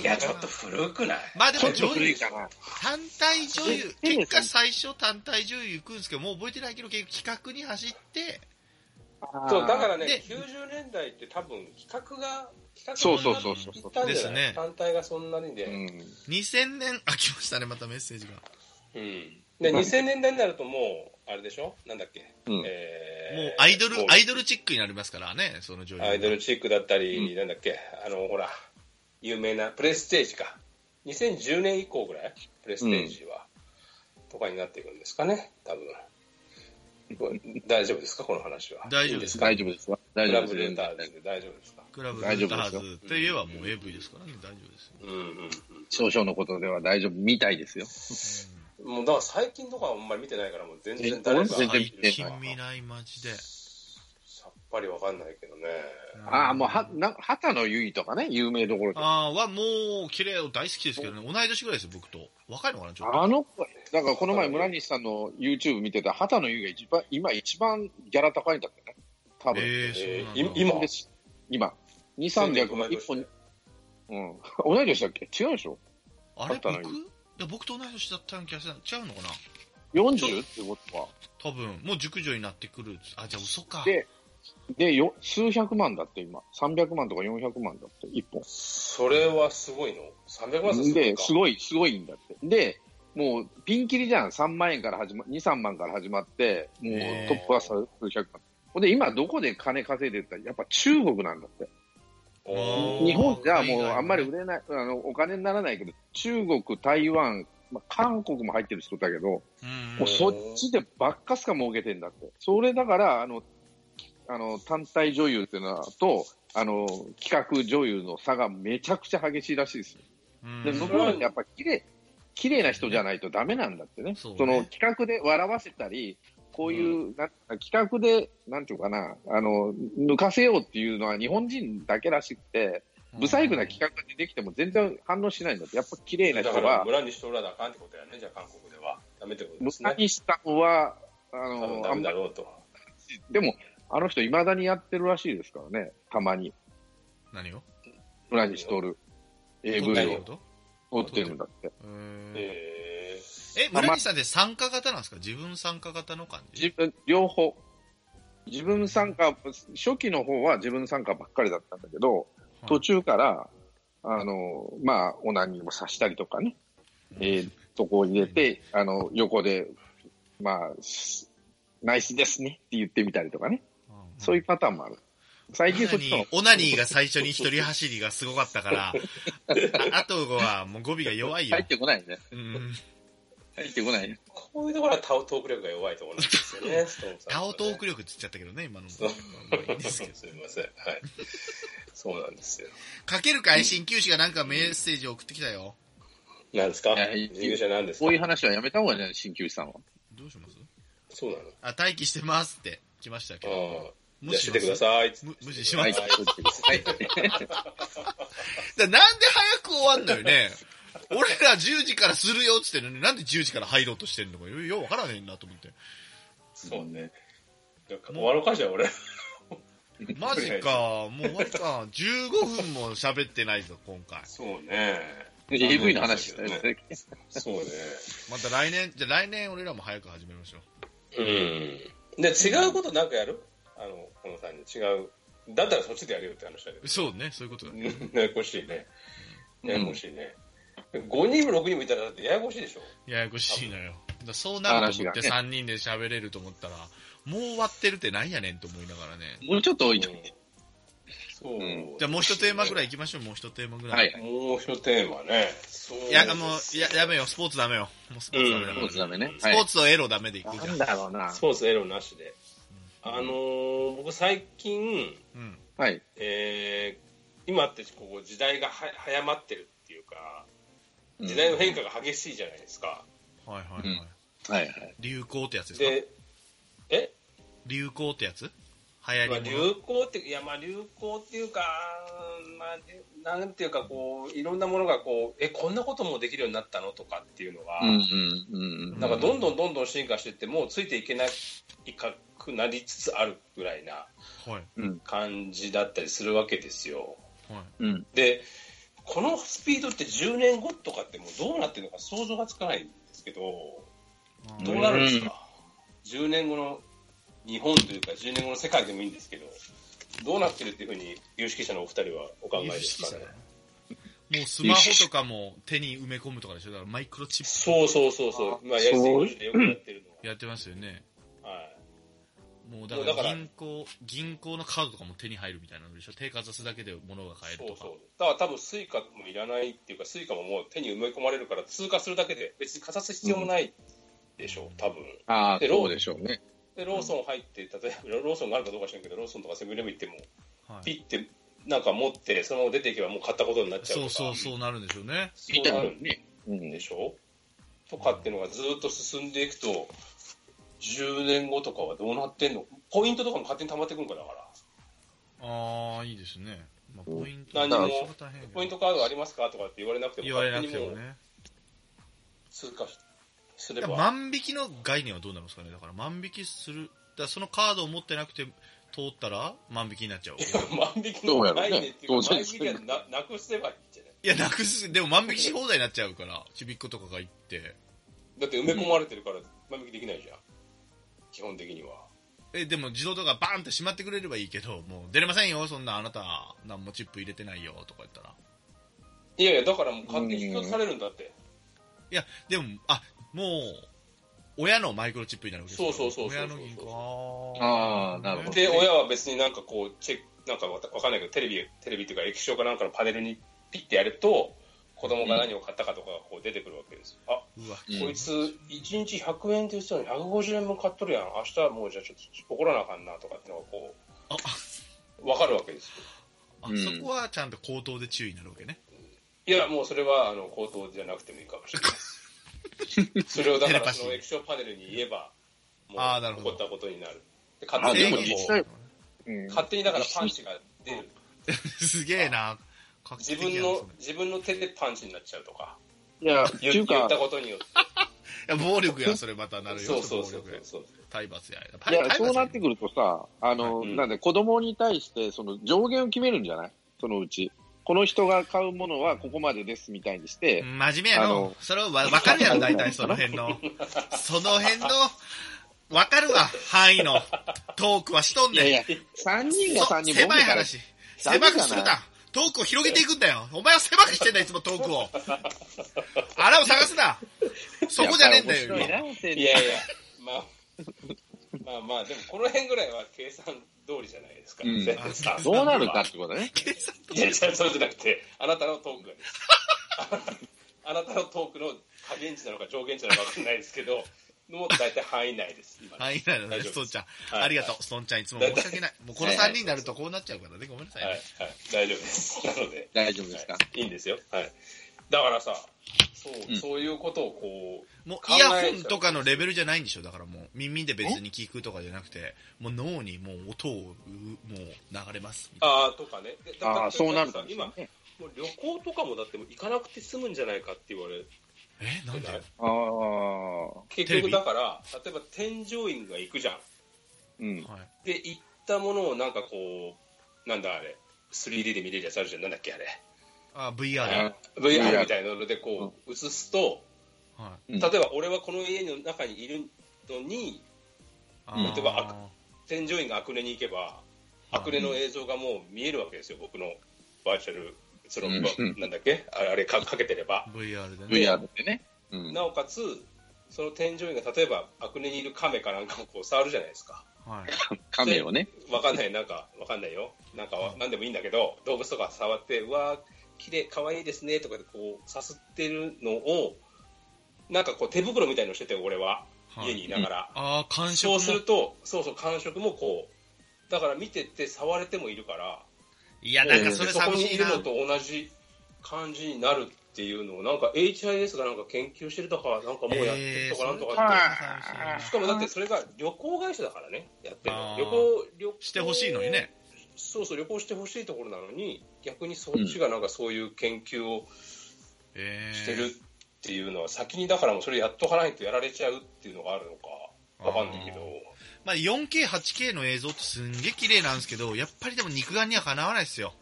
Speaker 2: いやちょっと古くない
Speaker 1: まあで
Speaker 3: ちょ
Speaker 1: も
Speaker 3: っと
Speaker 1: 女
Speaker 3: 古
Speaker 1: 優
Speaker 3: い、かな。
Speaker 1: 単体女優、結果最初単体女優行くんですけど、もう覚えてないけど、結局企画に走って、
Speaker 2: そうだからね
Speaker 1: で
Speaker 2: 90年代って多分企画が企画が
Speaker 3: そうそうそうそう
Speaker 2: いったんじゃない
Speaker 1: ですね
Speaker 2: 単体がそんなにで、
Speaker 3: うん
Speaker 1: 2000年、あ、来ましたね、またメッセージが。
Speaker 2: うんで2000年代になるともうあれでしょなんだっけ、
Speaker 3: うん
Speaker 2: え
Speaker 1: も
Speaker 2: ー
Speaker 1: うアイド
Speaker 2: こ
Speaker 1: ル、アイドルチックになりますからね、その女優が。
Speaker 2: アイドルチックだったり、
Speaker 3: う
Speaker 2: なんだっけあのほら有名なプレステージか2010年以降ぐらいプレステージは、とかになっていくんですかね多分これ大丈夫ですかこの話は
Speaker 1: 大丈夫です
Speaker 3: 大丈夫ですわ。大
Speaker 2: ク
Speaker 3: 丈
Speaker 2: ラ
Speaker 3: 夫
Speaker 2: ブレー
Speaker 3: で
Speaker 2: タ
Speaker 3: す。
Speaker 2: ーズで大丈夫ですか
Speaker 1: クラブ
Speaker 3: 大
Speaker 1: ル
Speaker 3: 丈
Speaker 1: ータ
Speaker 3: 夫で
Speaker 1: ー
Speaker 3: すよ
Speaker 1: ズといえばもう AV ですからね、大丈夫ですよ。
Speaker 2: うんうん
Speaker 3: 少々のことでは大丈夫みたいですよ。
Speaker 2: うんもうだから最近とかはあんまり見てないからもう全然
Speaker 3: え
Speaker 2: 誰が
Speaker 3: 全然
Speaker 1: 最
Speaker 3: 見てない
Speaker 1: 近見ない街で。
Speaker 2: さっぱりわかんないけどね
Speaker 3: ああ、もうは、な、畑野由衣とかね、有名どころで。あ
Speaker 1: ああ、はもう、綺麗、大好きですけどね。同い年ぐらいですよ、僕と。若いのかな、ちょっと。
Speaker 3: の子、だからこの前村西さんの YouTube 見てた畑野由衣が一番、今一番ギャラ高いんだってね。多分。
Speaker 1: ええ
Speaker 2: え
Speaker 1: そう
Speaker 2: ー
Speaker 1: なんだ。
Speaker 2: い今
Speaker 3: です今。2、300万、一本、うん。 同い年だっけ違うでしょ
Speaker 1: あれ、
Speaker 3: あったの
Speaker 1: 僕いや、僕と同い年だったような気がする。違うのかな
Speaker 3: ?40? ってことは。
Speaker 1: 多分、もう熟女になってくる。あ、じゃあ嘘か。
Speaker 3: でで、よ、数百万だって今。300万とか400万だって、一本。
Speaker 2: それはすごいの300万すごい
Speaker 3: で、
Speaker 2: か
Speaker 3: すごい、すごいんだって。で、もう、ピンキリじゃん。3万円から始ま、2、3万から始まって、もう
Speaker 1: へー、
Speaker 3: トップは数百万。ほんで、今、どこで金稼いでるって言ったら、やっぱ中国なんだって。
Speaker 2: おー
Speaker 3: 日本じゃも
Speaker 1: 海外
Speaker 3: う、
Speaker 1: のね
Speaker 3: あんまり売れない、あの、お金にならないけど、中国、台湾、まあ、韓国も入ってる人だけど、
Speaker 1: うん
Speaker 3: もうそっちでばっかすか儲けてんだって。それだから、あの、あの、単体女優っていうのはと、あの、企画女優の差がめちゃくちゃ激しいらしいですよ。
Speaker 1: うん
Speaker 3: で、向こうはやっぱ綺麗、綺麗な人じゃないとダメなんだってね。
Speaker 1: そ
Speaker 3: そう
Speaker 1: ね
Speaker 3: の企画で笑わせたり、こういう、なん企画で、なんていうかな、あの、抜かせようっていうのは日本人だけらしくて、不細工な企画でできても全然反応しないんだって。やっぱ綺麗な
Speaker 2: だ
Speaker 3: 人
Speaker 2: から
Speaker 3: は、
Speaker 2: 村西と裏だあかんってことやねじゃあ韓国ではダメってことですね
Speaker 3: 村西さんは、あ
Speaker 2: 多分
Speaker 3: の、
Speaker 2: ダ
Speaker 3: あ
Speaker 2: メ
Speaker 3: ん
Speaker 2: だ
Speaker 3: まり
Speaker 2: ろうと
Speaker 3: でも、あの人、いまだにやってるらしいですからね、たまに、
Speaker 1: 何を
Speaker 3: 村西徹、
Speaker 1: 撮ってるっ
Speaker 3: AV を
Speaker 1: てこと
Speaker 3: 撮ってるんだって。
Speaker 1: え
Speaker 2: え
Speaker 1: ー、え村西さんって参加型なんですか自分参加型の感じ
Speaker 3: 自分、両方。自分参加、初期の方は自分参加ばっかりだったんだけど、途中から、あの、まあ、オナニーもさしたりとかね、えー、とこを入れて、あの、横で、まあ、すナイスですねって言ってみたりとかね、そういうパターンもある。最近そっちの方が
Speaker 1: オナニーが最初に一人走りがすごかった から、ああとはもう語尾が弱いよ
Speaker 3: 入っ。てこないね。
Speaker 1: うん。
Speaker 3: 入ってこないね。
Speaker 2: ーこういうところはタオトーク力が弱いところなんですよねストーンさん
Speaker 1: タ
Speaker 2: はね
Speaker 1: オトーク力って言っちゃったけどね、今のも。
Speaker 2: そう
Speaker 1: まあいいですけど
Speaker 2: すみませんはいそうなんですよ
Speaker 1: かけるかい鍼灸師がなんかメッセージを送ってきたよ。
Speaker 2: なんですか
Speaker 3: いやいい
Speaker 2: 入社なんですか
Speaker 3: こういう話はやめた方がいいんじゃない鍼灸師さんは。
Speaker 1: どうします
Speaker 2: そうな
Speaker 1: あ、待機してますって来ましたけど。
Speaker 2: のああ
Speaker 1: 無
Speaker 2: じ
Speaker 1: 視して
Speaker 2: ゃあし
Speaker 1: ます
Speaker 2: くださいっつって
Speaker 1: む無視し
Speaker 3: は
Speaker 1: ま
Speaker 3: い。
Speaker 1: す。
Speaker 3: はい。
Speaker 1: だからなんで早く終わんのよね。俺ら10時からするよっつってんのに、なんで10時から入ろうとしてんのかよ、ようわからねえなと思って。
Speaker 2: そうねなんか終わろうかじゃあ俺
Speaker 1: マジか、もう終わりか。15分も喋ってないぞ、今回。
Speaker 2: そうね
Speaker 3: AV の話したよね。
Speaker 2: そうね
Speaker 1: また来年、じゃあ来年俺らも早く始めましょう。
Speaker 2: うんで違うことなんかやるあのこの3人違うだったらそっちでやれよって話だけど
Speaker 1: そうね、そういうことだ。
Speaker 2: うんややこしいね。ややこしいね。5人も6人もいたらだってややこしいでしょ。
Speaker 1: ややこしいのよ。だからそうなると思って
Speaker 3: 話が
Speaker 1: 3人で喋れると思ったら、もう終わってるってなんやねんと思いながらね。
Speaker 3: もうちょっと置いといて。
Speaker 2: そう、
Speaker 3: ん
Speaker 1: じゃあもう一テーマぐらい
Speaker 2: い。
Speaker 1: 行きましょう、もう一テーマぐらい。
Speaker 3: はい。
Speaker 2: もう一テーマね。そう
Speaker 1: いや、もう、や、やめよ、スポーツダメよ。もうスポーツダメだ
Speaker 3: ス
Speaker 1: か
Speaker 3: ポ
Speaker 1: ら
Speaker 3: ーツダメね。
Speaker 1: スポーツとエロダメでいく
Speaker 3: はい。
Speaker 1: じゃん。
Speaker 3: なんだろうな
Speaker 2: ス。ポーツエロなしで。あのー僕最近、
Speaker 1: うん。
Speaker 3: はい。
Speaker 2: えー今ってこう時代がは早まってるっていうか、
Speaker 3: うん
Speaker 2: 時代の変化が激しいじゃないですか。
Speaker 1: はいはいはい。
Speaker 3: うんはいはい。
Speaker 1: 流行ってやつですか
Speaker 2: で、え
Speaker 1: 流行ってやつ流
Speaker 2: まあ、
Speaker 1: 行り
Speaker 2: 流
Speaker 1: もの。
Speaker 2: 行っていやまあ流行っていうか、まあ流、なんていうかこういろんなものがこうえこんなこともできるようになったのとかっていうのが、
Speaker 3: うんうんうん。
Speaker 2: なんかどんどんどんどん進化していってもうついていけなくなりつつあるぐらいな
Speaker 1: はい。
Speaker 2: 感じだったりするわけですよ。
Speaker 1: はい。
Speaker 3: うん。
Speaker 2: でこのスピードって10年後とかってもうどうなってるのか想像がつかないんですけど
Speaker 1: あ
Speaker 2: ど
Speaker 1: ー
Speaker 2: うなるんですか、10年後の日本というか10年後の世界でもいいんですけどどうなってるっていうふうに有識者のお二人はお考えですかね
Speaker 1: もうスマホとかも手に埋め込むとかでしょだからマイクロチッ
Speaker 2: そうそうそうそうまあやりすぎしてよくなってる
Speaker 1: プやってますよね。
Speaker 2: のは、はい、
Speaker 1: もうだから
Speaker 2: もうだから
Speaker 1: 銀行、銀行のカードとかも手に入るみたいなのでしょ手かざすだけで物が買え
Speaker 2: そ
Speaker 1: ると
Speaker 2: う
Speaker 1: か。
Speaker 2: そうだから多分スイカもいらないっていうかスイカももう手に埋め込まれるから通過するだけで別にかざす必要もないでしょう、多分
Speaker 3: ああ、
Speaker 2: でロー
Speaker 3: そうでしょうね。
Speaker 2: でローソン入って、例えばローソンがあるかどうか知らんけど、ローソンとかセブンイレブン行っても、
Speaker 1: はい
Speaker 2: ピッてなんか持って、そのまま出ていけばもう買ったことになっちゃう
Speaker 1: そ
Speaker 2: と
Speaker 1: う
Speaker 2: か、
Speaker 1: そうそうなるんでしょうね。
Speaker 2: そ
Speaker 3: み
Speaker 2: う
Speaker 3: た
Speaker 2: ないるん
Speaker 3: にね。うん
Speaker 2: で。しょとかっていうのがずっと進んでいくと、10年後とかはどうなってんのポイントとかも勝手に溜まってくるからだから、
Speaker 1: ああ、いいですね。まあ、ポイント、
Speaker 2: 何も
Speaker 1: 一番大変やけど
Speaker 2: ポイントカードありますかとかって言われなくても、
Speaker 1: 言われなくて
Speaker 2: 勝手
Speaker 1: も
Speaker 2: にう
Speaker 1: ね。
Speaker 2: 通過しす
Speaker 1: い
Speaker 2: れ
Speaker 1: や
Speaker 2: ば、
Speaker 1: 万引きの概念はどうなるんですかねだから万引きする。だからそのカードを持ってなくて通ったら万引きになっちゃう。
Speaker 2: 万引きの概念っていう
Speaker 3: どう
Speaker 2: か、
Speaker 3: やろうね
Speaker 2: 万引きはななくせばいいんじゃない
Speaker 1: いや、なくす、でも万引きし放題になっちゃうから、ちびっ子とかが行って。
Speaker 2: だって埋め込まれてるから、万引きできないじゃん、基本的には。
Speaker 1: え、でも自動とかバーンって閉まってくれればいいけど、もう出れませんよ、そんなあなた、何もチップ入れてないよ、とか言ったら。
Speaker 2: いやいや、だからもう勝手に引き落とされるんだって。
Speaker 1: いや、でも、あ、もう、親のマイクロチップになるわけですよ
Speaker 2: そうそうそうそう
Speaker 1: 親の銀行。
Speaker 3: あーなるほど
Speaker 2: で、親は別になんかこう、チェック、なんかわたわかんないけど、テレビ、テレビっていうか液晶かなんかのパネルにピッてやると、子供が何を買ったかとかがこう出てくるわけですよ。あ、
Speaker 1: うわ、
Speaker 3: うん
Speaker 2: こいつ、1日100円って言ってたのに150円も買っとるやん。明日はもうじゃあちょっと怒らなあかんなとかってのがこ
Speaker 1: あ、
Speaker 2: う、わかるわけですよ。
Speaker 1: あ、
Speaker 3: うん
Speaker 1: そこはちゃんと口頭で注意になるわけね。
Speaker 2: いや、もうそれは、あの、口頭じゃなくてもいいかもしれない。それをだ
Speaker 1: テ
Speaker 2: か
Speaker 1: レパ
Speaker 2: ら、
Speaker 1: シー
Speaker 2: その液晶パネルに言えば、も
Speaker 1: あーなる
Speaker 2: う、
Speaker 1: ほど
Speaker 2: 怒ったことになる。で
Speaker 3: あ
Speaker 2: 勝手
Speaker 3: で
Speaker 2: に
Speaker 3: も
Speaker 2: なんかこ
Speaker 3: 実
Speaker 2: う、
Speaker 3: 際、うん
Speaker 2: 勝手にだからパンチが出る。
Speaker 1: すげえな。画期
Speaker 2: 自
Speaker 1: 的
Speaker 2: 分
Speaker 1: やなそ
Speaker 2: の
Speaker 1: れ
Speaker 2: 自分の手でパンチになっちゃうとか
Speaker 3: いや、ってい
Speaker 2: 言
Speaker 3: う
Speaker 2: 言
Speaker 3: か
Speaker 2: った、ことによって
Speaker 1: いや、暴力や、それまたなるよ。
Speaker 2: そうそうそう
Speaker 1: 暴力
Speaker 2: そう
Speaker 1: や
Speaker 2: そう
Speaker 1: 体罰や。
Speaker 3: いや、そうなってく
Speaker 1: る。
Speaker 3: るとさ、あの、
Speaker 2: はいうん
Speaker 3: なんで子供に対して、その上限を決めるんじゃないそのうち。この人が買うものはここまでですみたいにして、
Speaker 1: 真面目や
Speaker 3: あ
Speaker 1: の
Speaker 3: の。
Speaker 1: それはわわかるやろ、大 体その辺の。その辺の、わかるわ、範囲の。トークはしとん
Speaker 3: いやい
Speaker 1: ねん。
Speaker 3: や、3人が
Speaker 1: そ
Speaker 3: 3人
Speaker 1: 狭い
Speaker 3: 僕から
Speaker 1: 話。
Speaker 3: ダメ
Speaker 1: 狭
Speaker 3: だな
Speaker 1: くするな。トークを広げていくんだよ。お前は狭くしてんだよ、いつもトークを。あらを探すな。そこじゃねえんだよ、
Speaker 3: やっぱ
Speaker 1: 今。
Speaker 3: り面白い
Speaker 2: いやいやまあまあまあでもこの辺ぐらいは計算通りじゃないですか、
Speaker 3: うん
Speaker 2: 全然さ
Speaker 3: などうなるかってことね。
Speaker 1: 警察
Speaker 2: いやいやそうじゃなくてあなたのトークがです あなたのトークの下限値なのか上限値なのか分かんないですけどもう大体範囲内です今
Speaker 1: 範囲内だ
Speaker 2: 大
Speaker 1: ね、
Speaker 2: 丈夫
Speaker 1: ストンちゃん。
Speaker 2: はい
Speaker 1: ありがとう、ストンちゃん。いつも申し訳ない。もうこの3人になるとこうなっちゃうからね、ごめんなさい
Speaker 2: はいは
Speaker 1: ね
Speaker 2: い。大丈夫ですなので
Speaker 3: 大丈夫ですか、
Speaker 2: はい、いいんですよ、はい、だからさそう,、
Speaker 3: うん
Speaker 2: そういうことをこう
Speaker 1: もう
Speaker 2: 考
Speaker 1: イヤ
Speaker 2: えちゃう
Speaker 1: ホンとかのレベルじゃないんでしょだからもう耳で別に聞くとかじゃなくて、もう脳にもう音をうもう流れますみたい
Speaker 2: ああとかねでだから
Speaker 3: ああ、そうなるかもしれ
Speaker 2: 今
Speaker 3: な
Speaker 2: も
Speaker 3: いね。
Speaker 2: う旅行とかもだってもう行かなくて済むんじゃないかって言われる
Speaker 1: な。えなんで
Speaker 3: ああ、
Speaker 2: 結
Speaker 1: テレビ
Speaker 2: 局だから例えば添乗員が行くじゃん
Speaker 3: うん。
Speaker 1: はい。
Speaker 2: で行ったものをなんかこうなんだあれ 3D で見れるやつあるじゃんなんだっけあれ
Speaker 1: あ、VR だ。
Speaker 3: あ
Speaker 2: VR みたいなのでこう映すと
Speaker 1: はい。
Speaker 3: うん
Speaker 2: 例えば俺はこの家の中にいるのに
Speaker 1: あー
Speaker 2: 例えば悪添乗員がアクネに行けばアクレの映像がもう見えるわけですよ、僕のバーチャル、その、
Speaker 3: うん
Speaker 2: なんだっけ、ああれかかけてれば。
Speaker 1: VR でね。
Speaker 3: VR でね。うん
Speaker 2: なおかつ、その添乗員が例えば、アクネにいるカメかなんかをこう触るじゃないですか。
Speaker 1: はい。
Speaker 3: カメをね。
Speaker 2: わかんない、なんか、わかんないよ。なんかわ、なんでもいいんだけど、動物とか触って、うわー、綺麗可愛いですね、とかでこう、さすってるのを、なんかこう、手袋みたいのしてて、俺は、
Speaker 1: はい、
Speaker 2: 家にいながら。
Speaker 1: ああ、感触も
Speaker 2: そうすると、そうそう、感触もこう、だから見てて触れてもいるから、
Speaker 1: いや、なんかそれ
Speaker 2: そこ
Speaker 1: 寂
Speaker 2: に
Speaker 1: し
Speaker 2: い
Speaker 1: いな
Speaker 2: る。のと同じ感じになるっていうのを、なんか HIS がなんか研究してるとか、なんかもうやってるとかなんと
Speaker 1: えー
Speaker 2: か
Speaker 1: それ
Speaker 2: って。
Speaker 1: は寂しいな
Speaker 2: しかもだってそれが旅行会社だからね、やってる
Speaker 1: あ
Speaker 2: の
Speaker 1: ー
Speaker 2: 旅行、旅行。
Speaker 1: してほしいのにね。。
Speaker 2: そうそう、旅行してほしいところなのに、逆にそっちがなんかそういう研究を
Speaker 1: えー、
Speaker 2: してるっていうのは、先にだからもうそれやっとかないとやられちゃうっていうのがあるのか、わかんないけど。
Speaker 1: まあ、4K、8K の映像ってすんげえ綺麗なんですけど、やっぱりでも肉眼にはかなわないですよ。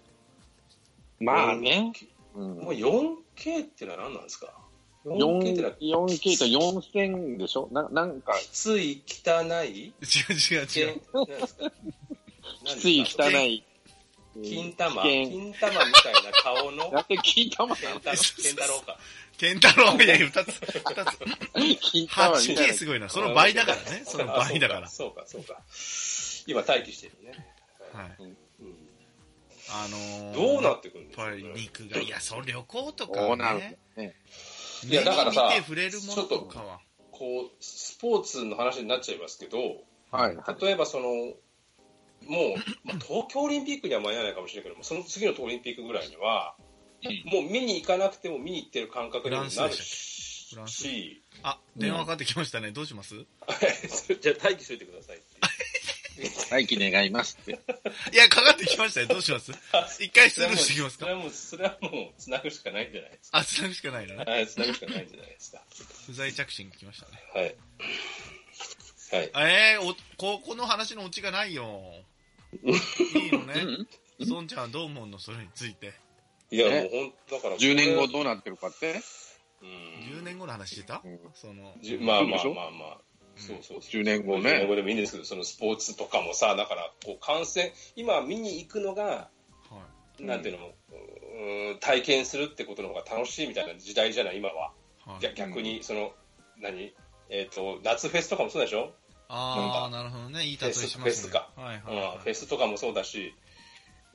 Speaker 3: まあね。うん
Speaker 2: もう 4K ってのは何なんですか ?4K ってのは
Speaker 3: 4K と4000でしょななんか、
Speaker 2: きつい、汚い、
Speaker 1: 違う違う
Speaker 2: け
Speaker 1: 違う。
Speaker 2: 何ですか
Speaker 3: きつい、汚い。
Speaker 2: 金玉、
Speaker 3: 危険
Speaker 2: 金玉みたいな顔の
Speaker 3: だ、って金玉な
Speaker 2: ケン
Speaker 3: の
Speaker 2: タロウケンタロウか。
Speaker 1: ケンタロウみたいに2つ、2つ。
Speaker 3: 金 玉みた
Speaker 1: 8K
Speaker 3: いな。
Speaker 1: すごいな。その倍だからね。その倍だから
Speaker 2: あ。そうか、そうか。そうか今、待機してるね。
Speaker 1: はい。
Speaker 2: うん
Speaker 1: あのー、
Speaker 2: どうな
Speaker 1: やっ
Speaker 2: ってくるんですか
Speaker 1: ぱり肉眼。いや、そう旅行と
Speaker 3: こ
Speaker 1: か
Speaker 3: うなる
Speaker 1: ね。
Speaker 3: ね。
Speaker 2: いやだからさ
Speaker 1: 目に見て触れるものとかは。
Speaker 2: こう、スポーツの話になっちゃいますけど、
Speaker 3: はい。
Speaker 2: 例えばその、もう、まあ東京オリンピックには間に合わないかもしれないけども、その次の東京オリンピックぐらいには、
Speaker 3: うん
Speaker 2: もう見に行かなくても見に行ってる感覚にも
Speaker 1: フ
Speaker 2: な
Speaker 1: ラン
Speaker 2: る
Speaker 1: スで
Speaker 2: し
Speaker 1: フラ、ンス
Speaker 2: し
Speaker 1: あ、電話かかってきましたね。どうしますい
Speaker 2: じゃあ待機し といてくださいって。
Speaker 3: 大気願いますって。
Speaker 1: や、かかってきましたよ。どうします一回スルーしてきます
Speaker 2: そ
Speaker 1: か
Speaker 2: れはもう、それはもう、つなぐしかないんじゃないですか。
Speaker 1: あ、つなぐしかないのね。
Speaker 2: はい、つなぐしかないんじゃないですか。
Speaker 1: 不在着信来ましたね。
Speaker 2: はい。はい。
Speaker 1: えー、お、ここの話のオチがないよ。いいのね。孫ちゃんはどう思うのそれについて。
Speaker 2: いや、
Speaker 3: ね
Speaker 2: もう本当だから。
Speaker 3: 10年後どうなってるかって
Speaker 2: うん
Speaker 1: 10年後の話してた
Speaker 3: うん
Speaker 1: その、
Speaker 2: じゅまあまあ
Speaker 3: そうでしょ
Speaker 2: まあまあ。そうそうそう。
Speaker 3: 10年後
Speaker 2: 10年
Speaker 3: ね。
Speaker 2: 後でもいいんですけど、そのスポーツとかもさ、だから、こう、観戦、今見に行くのが、
Speaker 1: はい。
Speaker 3: うん
Speaker 2: なんていうのも、うーん体験するってことの方が楽しいみたいな時代じゃない、今は。
Speaker 1: はい
Speaker 2: ぎゃ逆に、その、何えっ、と、夏フェスとかもそうでしょ、
Speaker 1: ああ、なるほどね。いい例えしま
Speaker 2: フェ
Speaker 1: す
Speaker 2: ス
Speaker 1: ね。
Speaker 2: か
Speaker 1: はい
Speaker 2: う
Speaker 1: は
Speaker 2: ん
Speaker 1: い、はい。
Speaker 2: フェスとかもそうだし、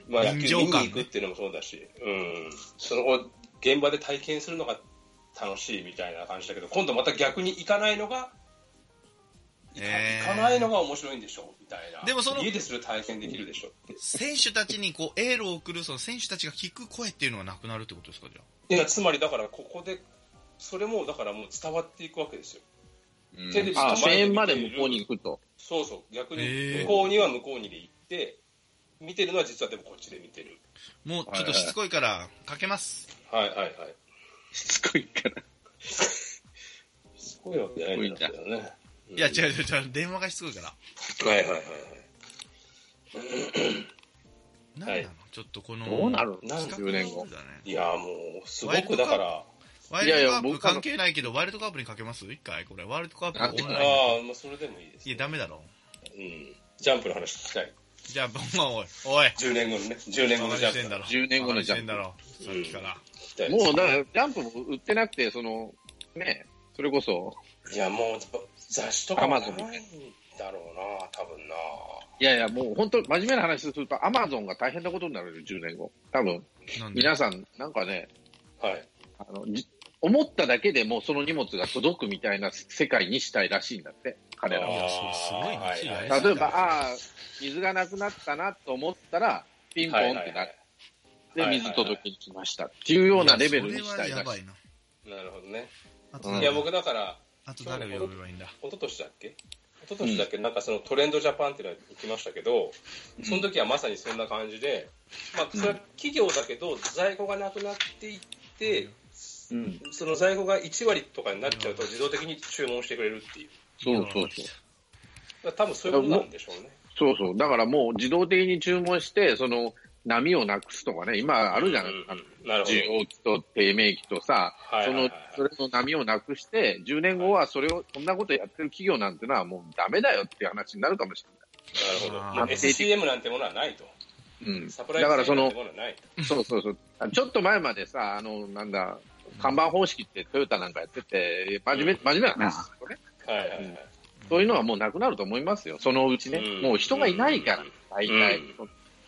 Speaker 2: まあ、野球見に行くっていうのもそうだし、うん。その後、現場で体験するのが楽しいみたいな感じだけど、今度また逆に行かないのが、いか
Speaker 1: えー
Speaker 2: 行かないのが面白いんでしょみたいな。
Speaker 1: でもその
Speaker 2: 家でする体験できるでしょって。
Speaker 1: 選手たちにこう、エールを送る、その選手たちが聞く声っていうのがなくなるってことですか、じゃ
Speaker 2: いや、つまりだから、ここで、それも、だからもう伝わっていくわけですよ。
Speaker 3: うん
Speaker 2: テレビ
Speaker 3: あ、
Speaker 2: 止ま
Speaker 3: 1000
Speaker 2: れて
Speaker 3: 円
Speaker 2: 見
Speaker 3: ま
Speaker 2: て
Speaker 3: で
Speaker 2: いる
Speaker 3: 向こうに行くと。
Speaker 2: そうそう、逆に
Speaker 1: へー
Speaker 2: 向こうには向こうにで行って、見てるのは実はでもこっちで見てる。
Speaker 1: あ。もう、ちょっとしつこいから、かけます。
Speaker 2: はいはいはい。
Speaker 3: しつこいから。
Speaker 2: すごいわけじゃないんだけどね。
Speaker 1: いや、違う違う違う、電話がしつこいから。
Speaker 2: はいはいはいはい。
Speaker 1: なんなの、
Speaker 2: はい
Speaker 1: ちょっとこの、
Speaker 3: どうなるの
Speaker 2: なん
Speaker 1: 企
Speaker 3: ?10
Speaker 1: 画
Speaker 3: 年
Speaker 1: の
Speaker 3: 後
Speaker 1: ルー。ルだね。
Speaker 2: いや、もう、すごくだから、
Speaker 1: ワイ
Speaker 3: いやい
Speaker 1: ルド
Speaker 3: や
Speaker 1: カップ
Speaker 3: 僕らの
Speaker 1: 関係ないけど、ワイルドカップにかけます一回これ、ワイルドカップ
Speaker 3: なんて
Speaker 1: オン
Speaker 2: あ
Speaker 1: ライン。
Speaker 2: あ、まあ、それでもいいです、
Speaker 1: いや、ダメだろ。
Speaker 2: うん。ジャンプの話聞きたい。
Speaker 1: じゃあ、まあ、おい、おい。
Speaker 2: 10年後のね、10年後の
Speaker 1: バ
Speaker 2: ジ
Speaker 1: カ
Speaker 2: ャ
Speaker 1: にして
Speaker 2: ン
Speaker 1: ん
Speaker 2: プ
Speaker 1: だろ。
Speaker 3: 10年後のジャンプ
Speaker 1: バカにしてんだろ。さっきから。
Speaker 2: 聞きたいです
Speaker 3: もう、だから、ジャンプも売ってなくて、その、ね、それこそ、
Speaker 2: いや、もう、雑誌とかもない
Speaker 3: Amazon
Speaker 2: んだろうな、多分な。
Speaker 3: いやいや、もう本当、真面目な話すると、アマゾンが大変なことになるよ、10年後。多分、
Speaker 1: なんで
Speaker 3: 皆さん、なんかね、
Speaker 2: はい。
Speaker 3: あの、じ思っただけでもうその荷物が届くみたいな世界にしたいらしいんだって、彼ら
Speaker 1: い
Speaker 3: は。
Speaker 1: やそうすごいな
Speaker 2: あー
Speaker 1: 知り合い
Speaker 2: は
Speaker 3: 例え
Speaker 2: い
Speaker 3: ば、ああ、水がなくなったなと思ったら、ピンポンっ
Speaker 2: は
Speaker 3: て
Speaker 2: いはい
Speaker 3: な
Speaker 2: は
Speaker 3: っ
Speaker 2: い
Speaker 3: て、水届けに来ましたっていうようなレベルにしたい
Speaker 1: いやそ
Speaker 3: ら
Speaker 1: れはやば
Speaker 3: し
Speaker 1: い
Speaker 3: い。
Speaker 1: な。
Speaker 2: なるほどね。
Speaker 1: あと
Speaker 3: うん
Speaker 2: いや、僕だから、
Speaker 1: あと誰を呼べばいいんだ。
Speaker 2: 一昨年だっけ一昨年だっけ、なんかそのトレンドジャパンっていうのが行きましたけど、その時はまさにそんな感じで、まあ、それは企業だけど、在庫がなくなっていって、
Speaker 3: うん、
Speaker 2: その在庫が1割とかになっちゃうと、自動的に注文してくれるっていう、
Speaker 3: そうそうそ
Speaker 2: だか
Speaker 3: う。
Speaker 2: ら多分そういうことなんでしょうね。
Speaker 3: そうそう。だからもう自動的に注文して、その、波をなくすとかね、今あるじゃないですか。
Speaker 2: うんなるほど
Speaker 3: 需。要期と低迷期とさ、
Speaker 2: はい
Speaker 3: そ
Speaker 2: はいは
Speaker 3: の
Speaker 2: い、
Speaker 3: それの波をなくして、10年後はそれを、そんなことやってる企業なんてのはもうダメだよっていう話になるかもしれない。
Speaker 2: るほど。
Speaker 1: あー
Speaker 2: もう SCM なんてものはないと。
Speaker 3: うん、
Speaker 2: サプライ
Speaker 3: だから
Speaker 2: ズチェー
Speaker 3: そ
Speaker 2: ンなんて
Speaker 3: の
Speaker 2: ものはないと。
Speaker 3: そうそうそうあちょっと前までさあのなんだ看板方式ってトヨタなんかやってて真面目真面目な話ですよね
Speaker 2: はいはいはい。
Speaker 3: そういうのはもうなくなると思いますよそのうちね、
Speaker 2: うん
Speaker 3: もう人がいないから、
Speaker 2: うん
Speaker 3: 大体、
Speaker 2: う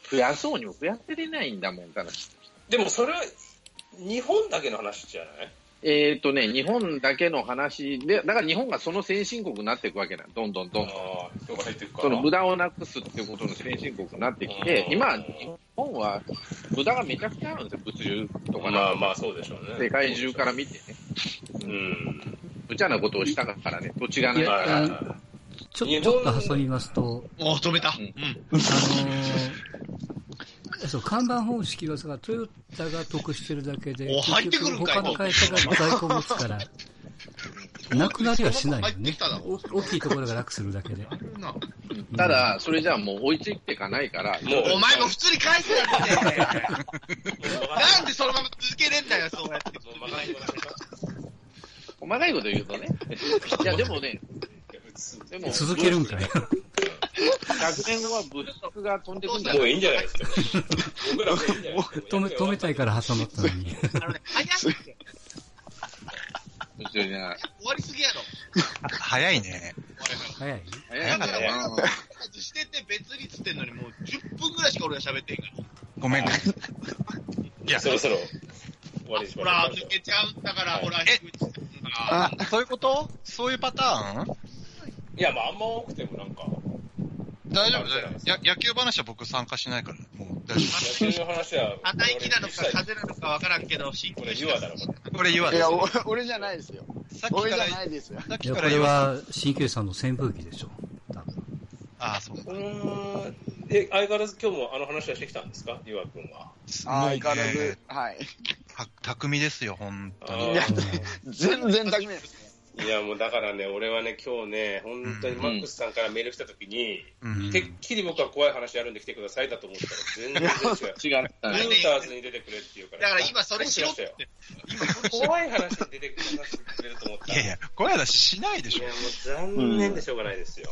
Speaker 3: 増やそうにも増やせれないんだもんだな
Speaker 2: でもそれは、日本だけの話じゃない
Speaker 3: えー、とね、日本だけの話で、だから日本がその先進国になっていくわけなの、どんどんどんどん。
Speaker 2: ああ、人が入っていくから。
Speaker 3: その無駄をなくすっていうことの先進国になってきて
Speaker 2: う、ん
Speaker 3: 今、日本は無駄がめちゃくちゃあるんですよ、物流とかね、
Speaker 2: まあまあ、そうでしょうね。
Speaker 3: 世界中から見てね、
Speaker 2: うん。
Speaker 3: 無茶なことをしたからね、土地がね、
Speaker 2: はいはいはい
Speaker 4: ちょ
Speaker 2: 日本
Speaker 4: ちょっと挟みますと、
Speaker 1: おー止めた。
Speaker 3: うん
Speaker 1: うん。
Speaker 4: あのーそう看板方式はさ、トヨタが得してるだけで、
Speaker 1: お入ってくるんかい
Speaker 4: 他の会社が在庫持つから、なくなりはしないよ
Speaker 1: 入って
Speaker 4: ね
Speaker 1: きただろ。
Speaker 4: お大きいところが楽するだけで。
Speaker 1: あるな
Speaker 3: ただ、それじゃあもう追いついていかないから、
Speaker 2: もう
Speaker 1: お前も普通に返せやって。なんでそのまま続けねえんだよ、そうやって。
Speaker 2: もうまかないこな
Speaker 3: 細かいこと言うとね、いや、でもね、
Speaker 2: 普通
Speaker 3: でも、
Speaker 4: 続ける んかい。
Speaker 3: 100年後は物質が飛んでくるんだ
Speaker 2: も
Speaker 3: よ
Speaker 2: ういいんじゃないですか。僕らもういいんじゃないですか。
Speaker 4: 止め、止めたいから挟まったのに。
Speaker 1: あのね、早くて、終
Speaker 3: 物質が
Speaker 1: わりすぎやろ。
Speaker 5: 早いね。
Speaker 4: 早い
Speaker 3: 早いんだよ。
Speaker 1: 外してて別につってんのにもう10分ぐらいしか俺が喋ってんから。
Speaker 5: ごめんね。いや
Speaker 2: そろそろ終わりにし
Speaker 1: ほ
Speaker 2: ま
Speaker 1: ら、
Speaker 2: し
Speaker 1: 抜
Speaker 2: ょう。
Speaker 1: けちゃうんだから、ほら、
Speaker 5: え
Speaker 1: 引くって言うんだから
Speaker 5: あ、そういうことそういうパターン
Speaker 2: いや、まあ、あんま多くてもなんか、
Speaker 5: 大丈夫だよ。や野球話は僕参加しないから。もう大丈
Speaker 2: 野球の話は、
Speaker 1: 硬い木なのか風なのかわからんけど、新
Speaker 2: こ
Speaker 1: 規
Speaker 2: れ、
Speaker 1: の
Speaker 2: ユ
Speaker 1: 人
Speaker 2: アだろ、こ
Speaker 5: 夫。これ言わ
Speaker 6: い
Speaker 5: ない。
Speaker 6: や、お 俺じゃないですよ。
Speaker 5: さっき
Speaker 6: 俺
Speaker 5: か
Speaker 6: じ
Speaker 5: ら
Speaker 6: ゃ、ないですよ。
Speaker 5: さっ
Speaker 4: い
Speaker 5: き
Speaker 4: や、
Speaker 5: か
Speaker 4: こ
Speaker 5: ら
Speaker 4: れ
Speaker 5: 言わない。
Speaker 4: は、新旧さんの扇風機でしょ。多分
Speaker 5: ああ、そう。
Speaker 2: れ。うーん。え、相変わらず今日もあの話はしてきたんですか、ユア君は。
Speaker 6: 相変わら
Speaker 5: もう
Speaker 6: ず
Speaker 5: ね。
Speaker 6: はい。
Speaker 5: た巧みですよ、本当に。
Speaker 2: あ
Speaker 6: 全然ダメです。
Speaker 2: ーいや、もうだからね、俺はね、今日ね、本当にマックスさんからメール来たときに、
Speaker 5: うん
Speaker 2: てっきり僕は怖い話やるんで来てくださいだと思ったら、全然違う。
Speaker 3: 違ったね
Speaker 2: ルーターズに出てくれって言うから。
Speaker 1: だから今それしろって。
Speaker 2: 怖い話に出てくれると思っ
Speaker 5: い
Speaker 2: た。
Speaker 5: やいや、声出ししないでし
Speaker 2: い
Speaker 5: ょ
Speaker 2: や。もう残念でしょうがないですよ。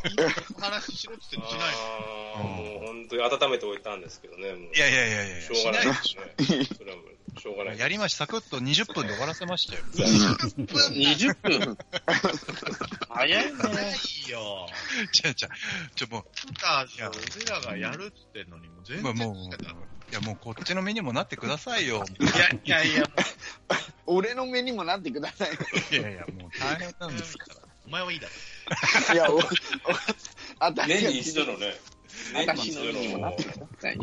Speaker 1: 話しろって言ってんのしないの
Speaker 2: あーもう本当に温めておいたんですけどね、もう
Speaker 5: いやいやいやいや、
Speaker 2: しょうがないですね。それはもう、しょうがない。
Speaker 5: やりまし、サクッと20分で終わらせ ましたよ。
Speaker 3: 20分。早いね。
Speaker 1: ないよ。
Speaker 5: ちゃちゃ、ちょ、も
Speaker 1: だから俺らがやるって言ってんのに、もう全
Speaker 5: う、まあ、
Speaker 1: 然。
Speaker 5: もう、いや、もうこっちの身にもなってくださいよ。
Speaker 1: いやいやいや、
Speaker 6: 俺の目にもなってください。
Speaker 5: いやいや、もう大変なんですから。
Speaker 1: お前はいいだろ。
Speaker 6: いや、お、お、あた
Speaker 2: 年に一度のね、年に
Speaker 3: 私
Speaker 2: 一
Speaker 3: のに
Speaker 2: 度
Speaker 3: もなっ
Speaker 2: の
Speaker 3: てください。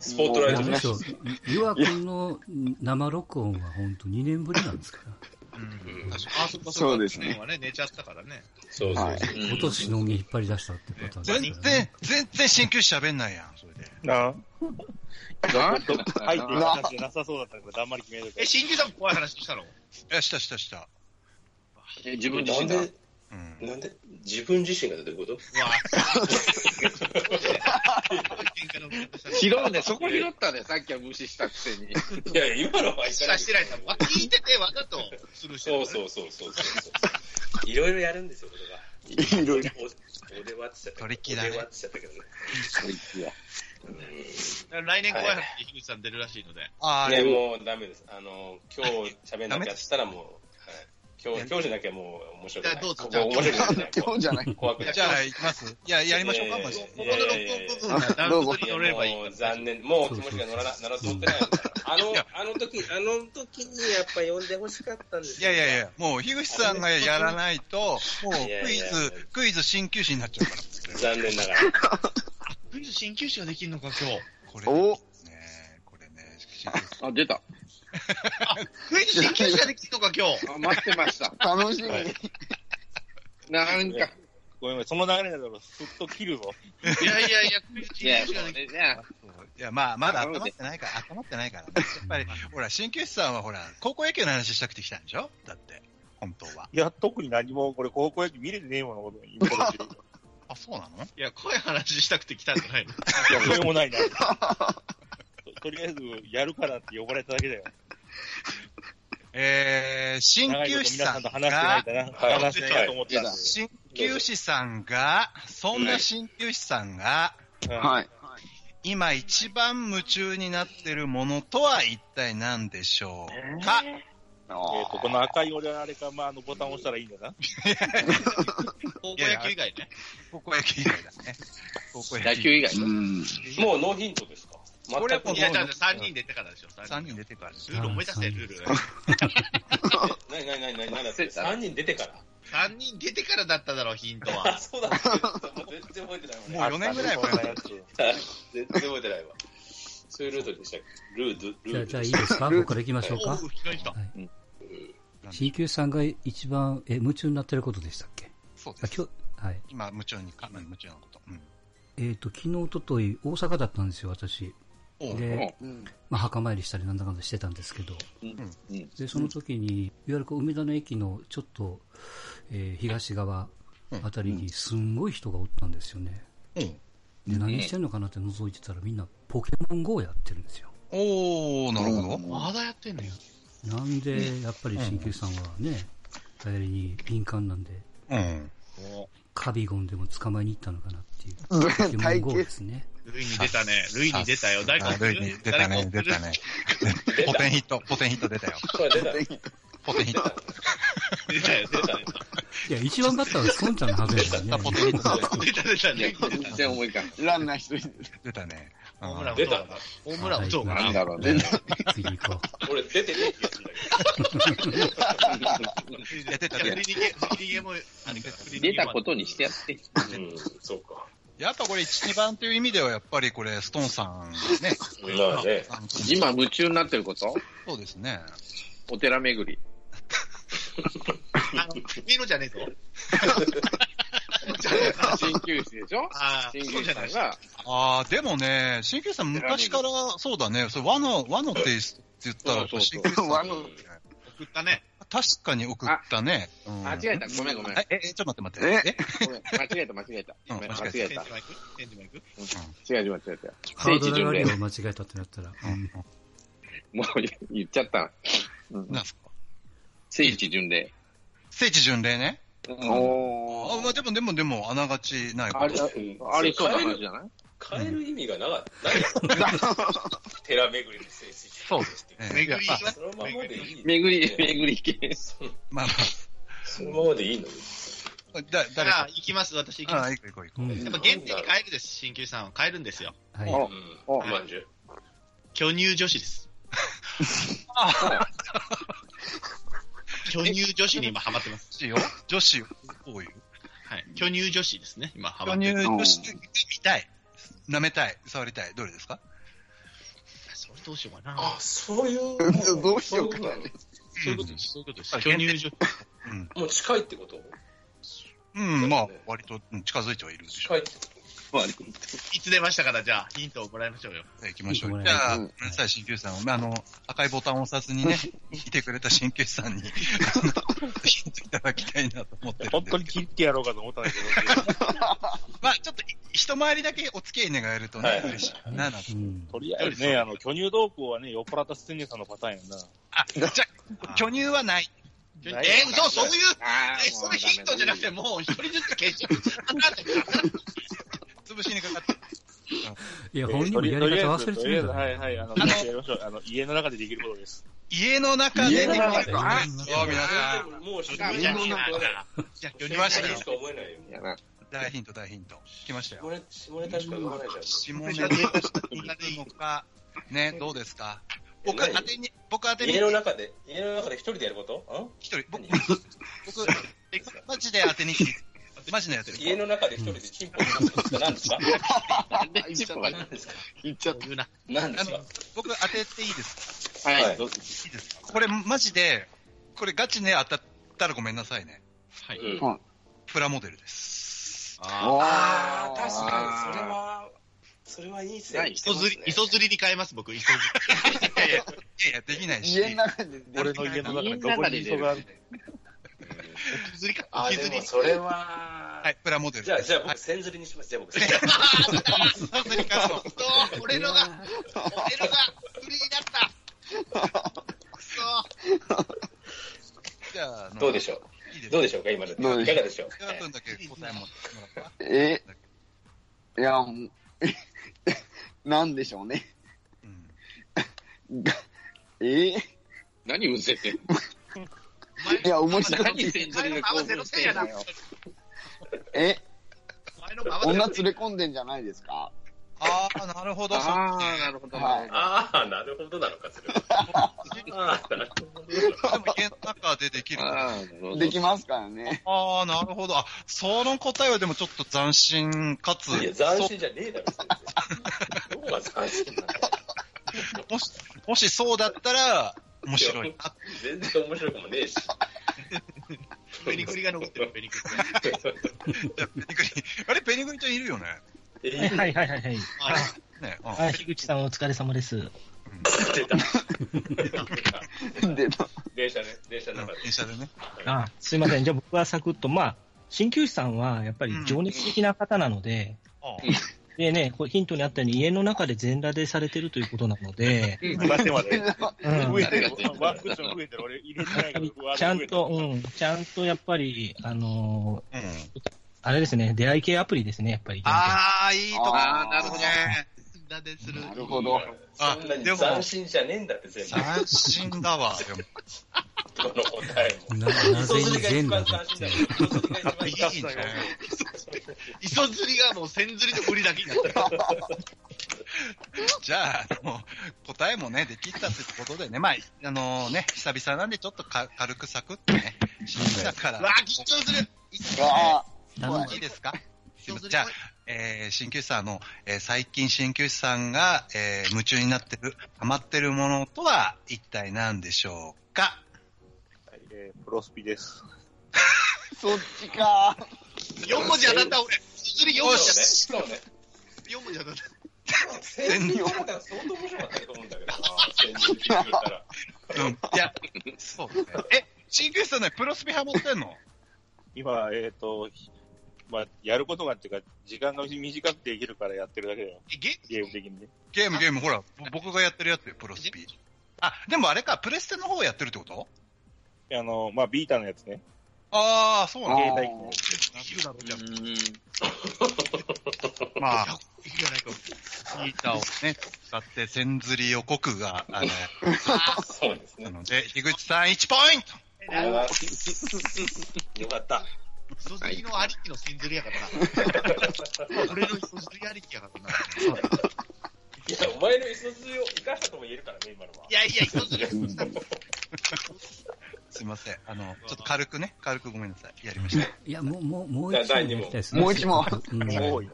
Speaker 2: スポットライ
Speaker 4: ダ
Speaker 2: ト
Speaker 4: メ
Speaker 2: で
Speaker 4: でしょ。ユア君の生録音は本当2年ぶりなんですから。
Speaker 5: うん。確か
Speaker 1: あ、そっかっか
Speaker 6: そうですね
Speaker 1: 昨日はね、寝ちゃったからね。
Speaker 2: そうそうそう。
Speaker 4: 今年の音源引っ張り出したってことは
Speaker 5: 全然、全然新旧喋んないやん、それで。
Speaker 7: あ
Speaker 3: な
Speaker 7: 入っていく話じゃなさそうだったから、だんまり決めるから
Speaker 1: え、。新旧さんも怖い話したの
Speaker 5: いや、したしたした。
Speaker 3: 自分
Speaker 2: な
Speaker 3: 自
Speaker 2: ん
Speaker 3: 身が。
Speaker 2: で、
Speaker 5: うん。
Speaker 2: なんで、自分自身がどういうこと
Speaker 1: うわ
Speaker 3: 拾うね、そこ拾ったね、さっきは無視したくせに。
Speaker 2: いやいや、今のは
Speaker 1: しかしてないんだもん。あ聞いててわざとスルーして
Speaker 2: そう
Speaker 1: う。
Speaker 2: そうそうそう そう。いろいろやるんですよ、俺が。
Speaker 6: いろいろ。
Speaker 2: お俺はっつっちゃったけど。
Speaker 5: トリッキーだね
Speaker 2: 俺はっつっちゃったけどね。
Speaker 1: だから来年怖い話に樋口さん出るらしいので。
Speaker 5: ああ、
Speaker 2: ね、
Speaker 5: でも、
Speaker 2: もうダメです。あの、今日喋んなきゃしたらもう、はい、今日、今日じゃなきゃもう面白くない。
Speaker 1: じゃあどうぞ
Speaker 2: ここ面白くない。
Speaker 6: 今日じゃない。
Speaker 2: 怖くない。
Speaker 5: じゃあ、行きますいや、やりましょうか、
Speaker 2: いや
Speaker 5: マ
Speaker 2: い
Speaker 5: ジ
Speaker 2: や
Speaker 5: で。
Speaker 1: ここの録音部分がダウンロードに乗れればいい
Speaker 2: も
Speaker 1: か
Speaker 2: う
Speaker 1: ら。
Speaker 2: 残念。もう気持ちが乗らな、乗ら乗ってない。あの、あの時、あの時にやっぱ呼んでほしかったんです
Speaker 5: いやいやいや、もう、樋口さんがやらないと、もう、クイズ、クイズ新旧詞になっちゃうから。
Speaker 2: 残念ながら。
Speaker 1: クイズ鍼灸師ができるのか、今日。
Speaker 5: これ、ね
Speaker 6: お、
Speaker 5: これね、
Speaker 3: あ、出た。
Speaker 1: クイズ鍼灸師ができるのか、今日。
Speaker 3: あ待ってました。
Speaker 6: 楽しみに。
Speaker 2: はい
Speaker 3: なんか、
Speaker 7: ごめんごめん、その流れだと、すっと切るぞ。
Speaker 1: いやいやいや、クイズ
Speaker 3: いや
Speaker 1: 鍼灸師ができる。
Speaker 5: いや、まあ、まだ温まってないから、温まってないからね。やっぱり、ほら、鍼灸師さんはほら、高校野球の話したくて来たんでしょだって、本当は。
Speaker 7: いや、特に何も、これ、高校野球見れてねえもの、俺今のとこ
Speaker 5: あ、そうなの
Speaker 1: いや、怖い話したくて来たんじゃないの。
Speaker 7: ろ。それもないな。ととりあえず、やるからって呼ばれただけだよ。
Speaker 5: えー、鍼
Speaker 7: 長いこ
Speaker 5: 灸
Speaker 7: と
Speaker 5: 師
Speaker 7: 皆
Speaker 5: さ
Speaker 7: さ
Speaker 5: ん
Speaker 7: んと話してな
Speaker 5: が
Speaker 7: いん、だな。
Speaker 2: はい
Speaker 7: 話してないと思ったんで。
Speaker 5: 鍼鍼灸師さんが、そんな鍼灸師さんが、
Speaker 6: はい。
Speaker 5: 今一番夢中になってるものとは一体何でしょうか、
Speaker 7: えーと、この赤い俺はあれか、まあ、あのボタン押したらいいんだな。
Speaker 1: 高校野球以外ね。
Speaker 5: 高校野球以外だね。高校
Speaker 3: 野
Speaker 5: 野
Speaker 3: 球
Speaker 5: 球。
Speaker 3: 以外
Speaker 6: うん。
Speaker 2: もうノーヒントですか
Speaker 5: これはもう
Speaker 1: いや、じゃあ3人出てからでしょ。
Speaker 5: 3人出てからです
Speaker 1: ルール思い出せ、ルール。
Speaker 2: ないないないないない
Speaker 3: 忘れた
Speaker 2: 3人出てから。
Speaker 1: 3人出てからだっただろう、ヒント
Speaker 2: あ、
Speaker 1: は。
Speaker 2: そうだった。全然覚えてない
Speaker 5: もう4年ぐらい前
Speaker 7: あったねそんなやつ
Speaker 2: 全然覚えてないわ。そういうルートでしたっけルード、
Speaker 4: じゃ
Speaker 2: ル
Speaker 4: あ、
Speaker 2: ー
Speaker 4: じ
Speaker 2: ド
Speaker 4: ゃあ
Speaker 2: で
Speaker 4: いい
Speaker 2: し
Speaker 4: ですか僕から行きましょう
Speaker 1: お
Speaker 4: か。
Speaker 1: う、ひどい人。
Speaker 4: 鍼灸師さんが一番、え、夢中になってることでしたっけ
Speaker 5: そう
Speaker 4: あ
Speaker 5: です。
Speaker 4: 今日、はい。
Speaker 5: 今、夢中に、かなり夢中なこと。うん。
Speaker 4: えっ、と、昨日、おととい、大阪だったんですよ、私。
Speaker 5: おう
Speaker 4: で、まあ、墓参りしたりなんだかんだしてたんですけど、
Speaker 6: うん
Speaker 4: で、その時に、いわゆるこう梅田の駅のちょっと、えー東側あたりに、すんごい人がおったんですよね。
Speaker 5: うん
Speaker 4: で、何してんのかなって覗いてたら、みんなポケモン GO やってるんですよ。
Speaker 5: おー、なるほど。
Speaker 1: まだやってんのよ。
Speaker 4: なんで、やっぱり鍼灸師さんはね、流行りに敏感なんで、
Speaker 5: うん。
Speaker 4: カビゴンでも捕まえに行ったのかなっていう。ポケモン
Speaker 6: 体
Speaker 4: GO
Speaker 6: 型
Speaker 4: ですね。
Speaker 1: 類に出たね。類に出たよ。誰か
Speaker 5: あ
Speaker 1: 送
Speaker 5: ル
Speaker 1: る
Speaker 5: イに出たね、出た。ね。 ポテンヒット、ポテンヒット出たよ。
Speaker 2: ょ。そう出た。
Speaker 5: ポテンヒット。
Speaker 1: 出たよ、出たよ。
Speaker 4: いや、一番バッターはスンちゃんのはずやから ね。
Speaker 5: ポテンヒット
Speaker 1: 出た、出たね。
Speaker 3: 全然思い浮かんない
Speaker 6: ランナー一人
Speaker 5: 出たね。
Speaker 1: ホーム
Speaker 5: う
Speaker 1: ラン
Speaker 5: ん
Speaker 1: 打とうかな。ホームラン打とうか
Speaker 4: は
Speaker 1: な。
Speaker 3: なんだろう
Speaker 4: う
Speaker 3: ね
Speaker 4: ん。次行 こ
Speaker 2: 俺出てない気がするんだけ
Speaker 5: やってた
Speaker 1: いや
Speaker 5: ね
Speaker 1: 振。り逃げ、振り逃げも、あれか振り逃げ
Speaker 3: 出
Speaker 1: も
Speaker 3: たことにしてやって。
Speaker 2: ど。うん、そうか。
Speaker 5: やっぱこれ1、2番という意味では、やっぱりこれ、ストーンさんね。
Speaker 2: まあね。
Speaker 5: あの
Speaker 3: 今夢中になってること
Speaker 5: そうですね。
Speaker 3: お寺巡り。
Speaker 1: あの、見ろじゃねえぞ。
Speaker 3: 鍼灸師でしょ
Speaker 1: ああ、
Speaker 3: 鍼
Speaker 1: そう
Speaker 3: 灸
Speaker 1: じ
Speaker 3: 師
Speaker 1: ゃな
Speaker 3: さ
Speaker 1: い
Speaker 3: ん。が、
Speaker 5: ああ、でもね、新旧さん昔から、そうだね、それ和の、和のテイストって言ったら、
Speaker 3: そうそう
Speaker 5: 鍼灸師さん
Speaker 6: 和の
Speaker 1: 送ったね。
Speaker 5: 確かに送ったね。うん
Speaker 3: 間違えた。ごめんごめん。
Speaker 5: え、え、ちょっと待って待って。え
Speaker 3: ごめん間違えた間違えた。
Speaker 5: うん
Speaker 3: ごめん
Speaker 5: 間
Speaker 3: 間
Speaker 5: 違
Speaker 3: 違
Speaker 5: え
Speaker 3: え
Speaker 1: 天
Speaker 3: た
Speaker 1: 使。マイク天使マイク
Speaker 3: 違う違う違う違う。
Speaker 4: う。ハード
Speaker 3: 聖地
Speaker 4: ル
Speaker 3: 巡
Speaker 4: ラリ
Speaker 3: 礼
Speaker 4: ーを間違えたってなったら、うん
Speaker 3: もう言っちゃった。
Speaker 5: なんすか
Speaker 3: 聖地巡礼。
Speaker 5: 聖地巡礼ね。
Speaker 6: お
Speaker 5: あ、まあでもでもでも、あながちない
Speaker 3: あ
Speaker 5: こ
Speaker 3: れ
Speaker 5: と。
Speaker 3: ありそうな話じゃない
Speaker 2: 変える意味がなかった。ないよ 寺巡りの聖地。
Speaker 5: そうですね
Speaker 1: 巡り行きます
Speaker 2: そのままでいい。
Speaker 3: 巡り、
Speaker 2: ね
Speaker 3: 巡り系。
Speaker 5: まあ
Speaker 2: そのままでいいの
Speaker 5: まあ、だ、
Speaker 1: じ
Speaker 5: 誰
Speaker 1: ゃあ、
Speaker 5: か。
Speaker 1: 行きます、私行き
Speaker 5: あ
Speaker 1: ま
Speaker 5: あ、
Speaker 1: す。
Speaker 5: 行こう行こう行
Speaker 4: う
Speaker 5: こ
Speaker 1: や
Speaker 5: う。
Speaker 1: っ
Speaker 4: ん
Speaker 1: ぱ現地に帰るです、鍼灸師さんは。帰るんですよ。
Speaker 4: はい。
Speaker 2: うん。
Speaker 3: お
Speaker 2: おまんじゅう。
Speaker 1: 巨乳女子です。巨乳女子に今ハマってます。
Speaker 5: 女子よ。女子を、こういう。
Speaker 1: はい。巨乳女子ですね、今ハマ
Speaker 5: 巨
Speaker 1: って
Speaker 5: 乳
Speaker 1: る。
Speaker 5: 女子で見たい。舐めたい。触りたい。どれですか
Speaker 1: それどうしようかな
Speaker 2: あ。、そういう。
Speaker 6: どうしようかな
Speaker 1: そういうことです、そういうことです。巨乳女子。
Speaker 5: うん。
Speaker 2: もう近いってこと
Speaker 5: うん、まあ、割とうん近づいてはいるでしょ。
Speaker 2: 近いって
Speaker 1: いつ出ましたから、じゃあ、ヒントをもらいましょうよ。
Speaker 5: じゃあ行きましょ
Speaker 4: 行っ
Speaker 5: う。
Speaker 4: て
Speaker 5: じ
Speaker 4: も
Speaker 5: ゃ
Speaker 4: ら
Speaker 5: あ、ごめんなさい、鍼灸師さん。まああの、赤いボタンを押さずにね、聞いてくれた鍼灸師さんに、あの ヒントいただきたいなと思ってるん
Speaker 7: 本
Speaker 5: ですけ
Speaker 7: 当に
Speaker 5: ど。
Speaker 7: 切ってやろうかと思ったんだけど、
Speaker 5: まあ、ちょっと、一回りだけお付き合い願えるとね、
Speaker 2: はい
Speaker 5: 嬉しいな、なんて
Speaker 4: うん
Speaker 7: とりあえずね、あの、巨乳動向はね、酔っ払ったステンレさんのパターンやな。
Speaker 5: あ、じゃあ、巨乳はない。
Speaker 1: え
Speaker 7: ない
Speaker 1: ー、嘘、そういう、
Speaker 3: あ
Speaker 1: え、それヒントじゃなくて、もう一人ずつ決勝。あかんね
Speaker 5: 潰しにかかって。
Speaker 4: いや、本人もやり方忘れて
Speaker 7: とりあ
Speaker 4: る
Speaker 7: えず、
Speaker 4: んだ
Speaker 7: はい
Speaker 4: ね
Speaker 7: はい、あの、やりましょう。あの、家の中でできることです。
Speaker 5: 家の中で。
Speaker 6: 家の中
Speaker 5: で
Speaker 6: で
Speaker 5: あそう、皆さん。
Speaker 2: もう知
Speaker 1: んじゃあじゃあじゃあ、巨
Speaker 5: 来まし
Speaker 1: 乳
Speaker 2: 下ネ
Speaker 5: たよ
Speaker 2: タしか思えないよ。
Speaker 3: やな。
Speaker 5: 大ヒント、大ヒント。来ましたよ
Speaker 2: 下。ネタ下ネタしか思わないじゃん。
Speaker 5: 下ネタでいいのか、ね、どうですか僕当てに、僕当てに
Speaker 2: 家の中で、家の中で一人でやること
Speaker 5: 一人、 僕、僕、マジで当てに来て、マジでやってる。
Speaker 2: 家の中で一人でチンポを出すことなんですか
Speaker 3: 言っちゃった
Speaker 2: 何ですか
Speaker 6: 言っちゃっ
Speaker 1: 言うな。
Speaker 2: 何で
Speaker 5: あ
Speaker 2: す
Speaker 5: の
Speaker 2: か、
Speaker 5: 僕当てていいですか
Speaker 3: はい。
Speaker 2: はい
Speaker 3: どう
Speaker 5: いいですかこれマジで、これガチね、当たったらごめんなさいね。
Speaker 1: はい。
Speaker 2: うん
Speaker 6: た。
Speaker 5: プラモデルです。
Speaker 1: あ
Speaker 2: あ
Speaker 6: あ
Speaker 2: あ、確かに、それは、それはいい
Speaker 3: な
Speaker 2: 線
Speaker 1: ー
Speaker 3: い
Speaker 2: し
Speaker 1: 磯
Speaker 2: てますね
Speaker 1: 釣り、磯釣りに変えます、僕、磯釣
Speaker 5: いやいや、いやいや、できないし。
Speaker 6: 家の中で、
Speaker 7: 俺の家の中
Speaker 3: 家
Speaker 7: で
Speaker 3: の
Speaker 7: どこ
Speaker 3: 中
Speaker 7: に
Speaker 3: で
Speaker 7: 磯
Speaker 3: 出
Speaker 7: があ
Speaker 3: る
Speaker 7: る。
Speaker 1: り。釣りか、
Speaker 2: あ
Speaker 1: 沖
Speaker 2: ー、
Speaker 1: 釣
Speaker 2: で
Speaker 1: り
Speaker 2: も。それは
Speaker 5: は、い、プラモデル
Speaker 2: じゃあ、
Speaker 5: です。
Speaker 2: じゃあ僕、千釣りにします。じゃあ僕、千釣り。
Speaker 5: さすがに買う の
Speaker 1: そう、俺のが、俺のが、釣りになった。そう。
Speaker 5: じゃああの
Speaker 2: どうでしょ
Speaker 5: いいで
Speaker 2: う
Speaker 5: す
Speaker 2: どうでしょうか、今の。い
Speaker 6: どうでしょう
Speaker 2: かがでしょう
Speaker 5: じゃあ分だけ
Speaker 6: えいや、もう なんでしょうね。
Speaker 5: うん
Speaker 6: がえ
Speaker 3: 何うぜってんの
Speaker 6: いや、面白い。
Speaker 3: 何点取りで興奮してんのよ。
Speaker 6: え、
Speaker 1: 前のまま
Speaker 6: 女連れ込んでんじゃないですか
Speaker 5: ああ、なるほど、そう
Speaker 3: ああ、なるほど。
Speaker 6: はい
Speaker 2: ああ、なるほどなのか、それは。ああ、なるほど。
Speaker 5: でも家の中でできる。あ
Speaker 3: ああ、なるほど
Speaker 6: できますからね。
Speaker 5: あー、なるほど。あ、その答えはでもちょっと斬新かつ、
Speaker 2: いや、斬新じゃねえだろ、それ。 どこが斬新なんだよ
Speaker 5: そうもし、もしそうだったら、面白いな。
Speaker 2: 全然面白くもねえ し。
Speaker 1: ペニクリが残ってる、ペニクリが。
Speaker 5: ペニグリ、あれ、ペニグリちゃんいるよね。
Speaker 2: え
Speaker 8: はいはいはいはい。
Speaker 1: あ
Speaker 5: ね、うん
Speaker 8: あ、樋口さんお疲れ様です。
Speaker 2: 出た。
Speaker 6: で、と
Speaker 2: 電車ね、電車の中で。
Speaker 5: 電車でね。
Speaker 8: あ、すいません。じゃあ僕はサクッと、まあ、鍼灸師さんはやっぱり情熱的な方なので、
Speaker 5: あー
Speaker 8: でね、これヒントにあったように家の中で全裸でされてるということなので、
Speaker 7: 待って待って。
Speaker 8: うん
Speaker 7: 増えてる。ワンクッション増えてる。俺入れてないけど。
Speaker 8: ちゃんと、うん、ちゃんとやっぱり、あの
Speaker 5: うん。
Speaker 8: ーあれですね、出会い系アプリですね、やっぱり。
Speaker 5: ああ、いいとこ。
Speaker 6: あーなるほど
Speaker 5: ね。
Speaker 1: だでする。
Speaker 6: なるほど。
Speaker 5: あ
Speaker 2: そんなに
Speaker 5: でも
Speaker 2: 斬新じゃねえんだって、全部。
Speaker 5: 斬新だわ。でも
Speaker 2: この答えも。
Speaker 4: ななぜ
Speaker 2: 嘘
Speaker 4: に
Speaker 2: 釣りが
Speaker 4: 全
Speaker 2: 一番
Speaker 4: 裸だ
Speaker 2: 斬
Speaker 4: っ
Speaker 2: 新だ
Speaker 4: て
Speaker 2: よ。嘘釣りが一番斬新
Speaker 5: いい
Speaker 2: だよ。
Speaker 5: ね。
Speaker 1: 磯釣りがもう千釣りと売りだけになったよ。
Speaker 5: じゃあ、あの、答えもね、できたってことでね、まあ、あのね、久々なんでちょっとか軽くサクッとね、しましたから。
Speaker 1: わあ、緊張する。
Speaker 6: あ
Speaker 4: 頼む
Speaker 5: いいですか
Speaker 1: 一つ
Speaker 5: じゃあ、えー、鍼灸師さんの、えー最近鍼灸師さんが、えー夢中になってる、ハマってるものとは一体何でしょうか
Speaker 7: プロスピです。
Speaker 6: ーそっちか。
Speaker 1: 4文字当たった、俺。磯釣り4
Speaker 2: よ
Speaker 1: 文
Speaker 2: っ
Speaker 1: 字
Speaker 2: しゃ。そうね。
Speaker 1: 当たった。4文字当たった。
Speaker 2: 先生読んだら相当面白かったと思うんだけどな、先生聞いてくれたら。
Speaker 5: うん、いや、そうね。え、鍼灸師さんね、プロスピハマってんの
Speaker 7: 今、えっと、まあ、やることがっていうか、時間が短くできるからやってるだけだよ。
Speaker 1: え、ゲ
Speaker 7: ゲーム的にね。
Speaker 5: ゲーム、ゲーム、ほら、ぼ僕がやってるやつよ、プロスピ。あ、でもあれか、プレステの方やってるってこと
Speaker 7: あの、まあ、ビータのやつね。
Speaker 5: ああ、そうなんだ。
Speaker 7: 携帯機
Speaker 1: いるだろ、じゃ
Speaker 5: まあ、
Speaker 1: あ。いいじゃないか。
Speaker 5: ギターをね、使って、千釣り予告が、あれ、
Speaker 2: そうです
Speaker 5: な
Speaker 2: ね。
Speaker 5: ので、樋口さん1ポイント
Speaker 2: よかった。
Speaker 1: 磯釣りのありきの千釣りやから な。俺の磯釣りありきやからな。
Speaker 2: いや、お前の椅子を生かしたとも言えるからね、今のは。
Speaker 1: いやいや、磯釣り。
Speaker 5: すいません。あの、ちょっと軽くね、軽くごめんなさい。やりまし
Speaker 4: いや、もう、もう、もう
Speaker 2: じゃあ
Speaker 4: 一問
Speaker 2: 第二問
Speaker 4: やりたいです
Speaker 6: もう一問
Speaker 4: うん
Speaker 7: 多い。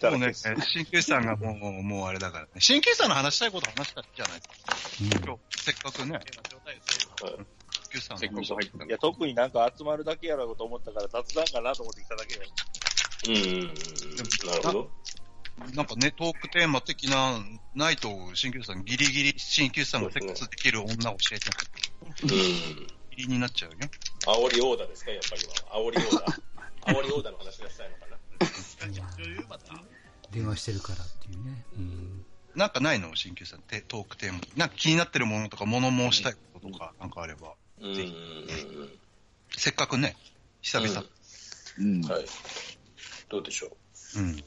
Speaker 5: た。もうね、鍼灸師さんがもう、もうあれだからね。鍼灸師さんの話したいこと話したじゃないですか。今日、せっかくね、鍼灸師さん
Speaker 3: せっかく
Speaker 5: の話。
Speaker 3: 入ったん
Speaker 7: いや、特になんか集まるだけやろうと思ったから、雑談かなと思ってきただけよ。
Speaker 2: うんうんうん。なるほど。
Speaker 5: なんかね、トークテーマ的な、ないと、鍼灸師さん、ギリギリ鍼灸師さんがセックスできる女を教えて、
Speaker 2: うん。
Speaker 5: ギリギリになっちゃうよ。
Speaker 2: 煽りオーダーですか、やっぱり今は。煽りオーダー。煽りオーダーの話がしたいのかな。
Speaker 1: 네.
Speaker 4: 電話してるからっていうね。うん
Speaker 5: なんかないの鍼灸師さん、てトークテーマ。なんか気になってるものとか、物申したいこととか、なんかあれば。
Speaker 2: うん
Speaker 5: ぜ
Speaker 2: うんうん。
Speaker 5: せっかくね、久々。
Speaker 6: うん。
Speaker 2: はい。どうでしょう。
Speaker 5: うん。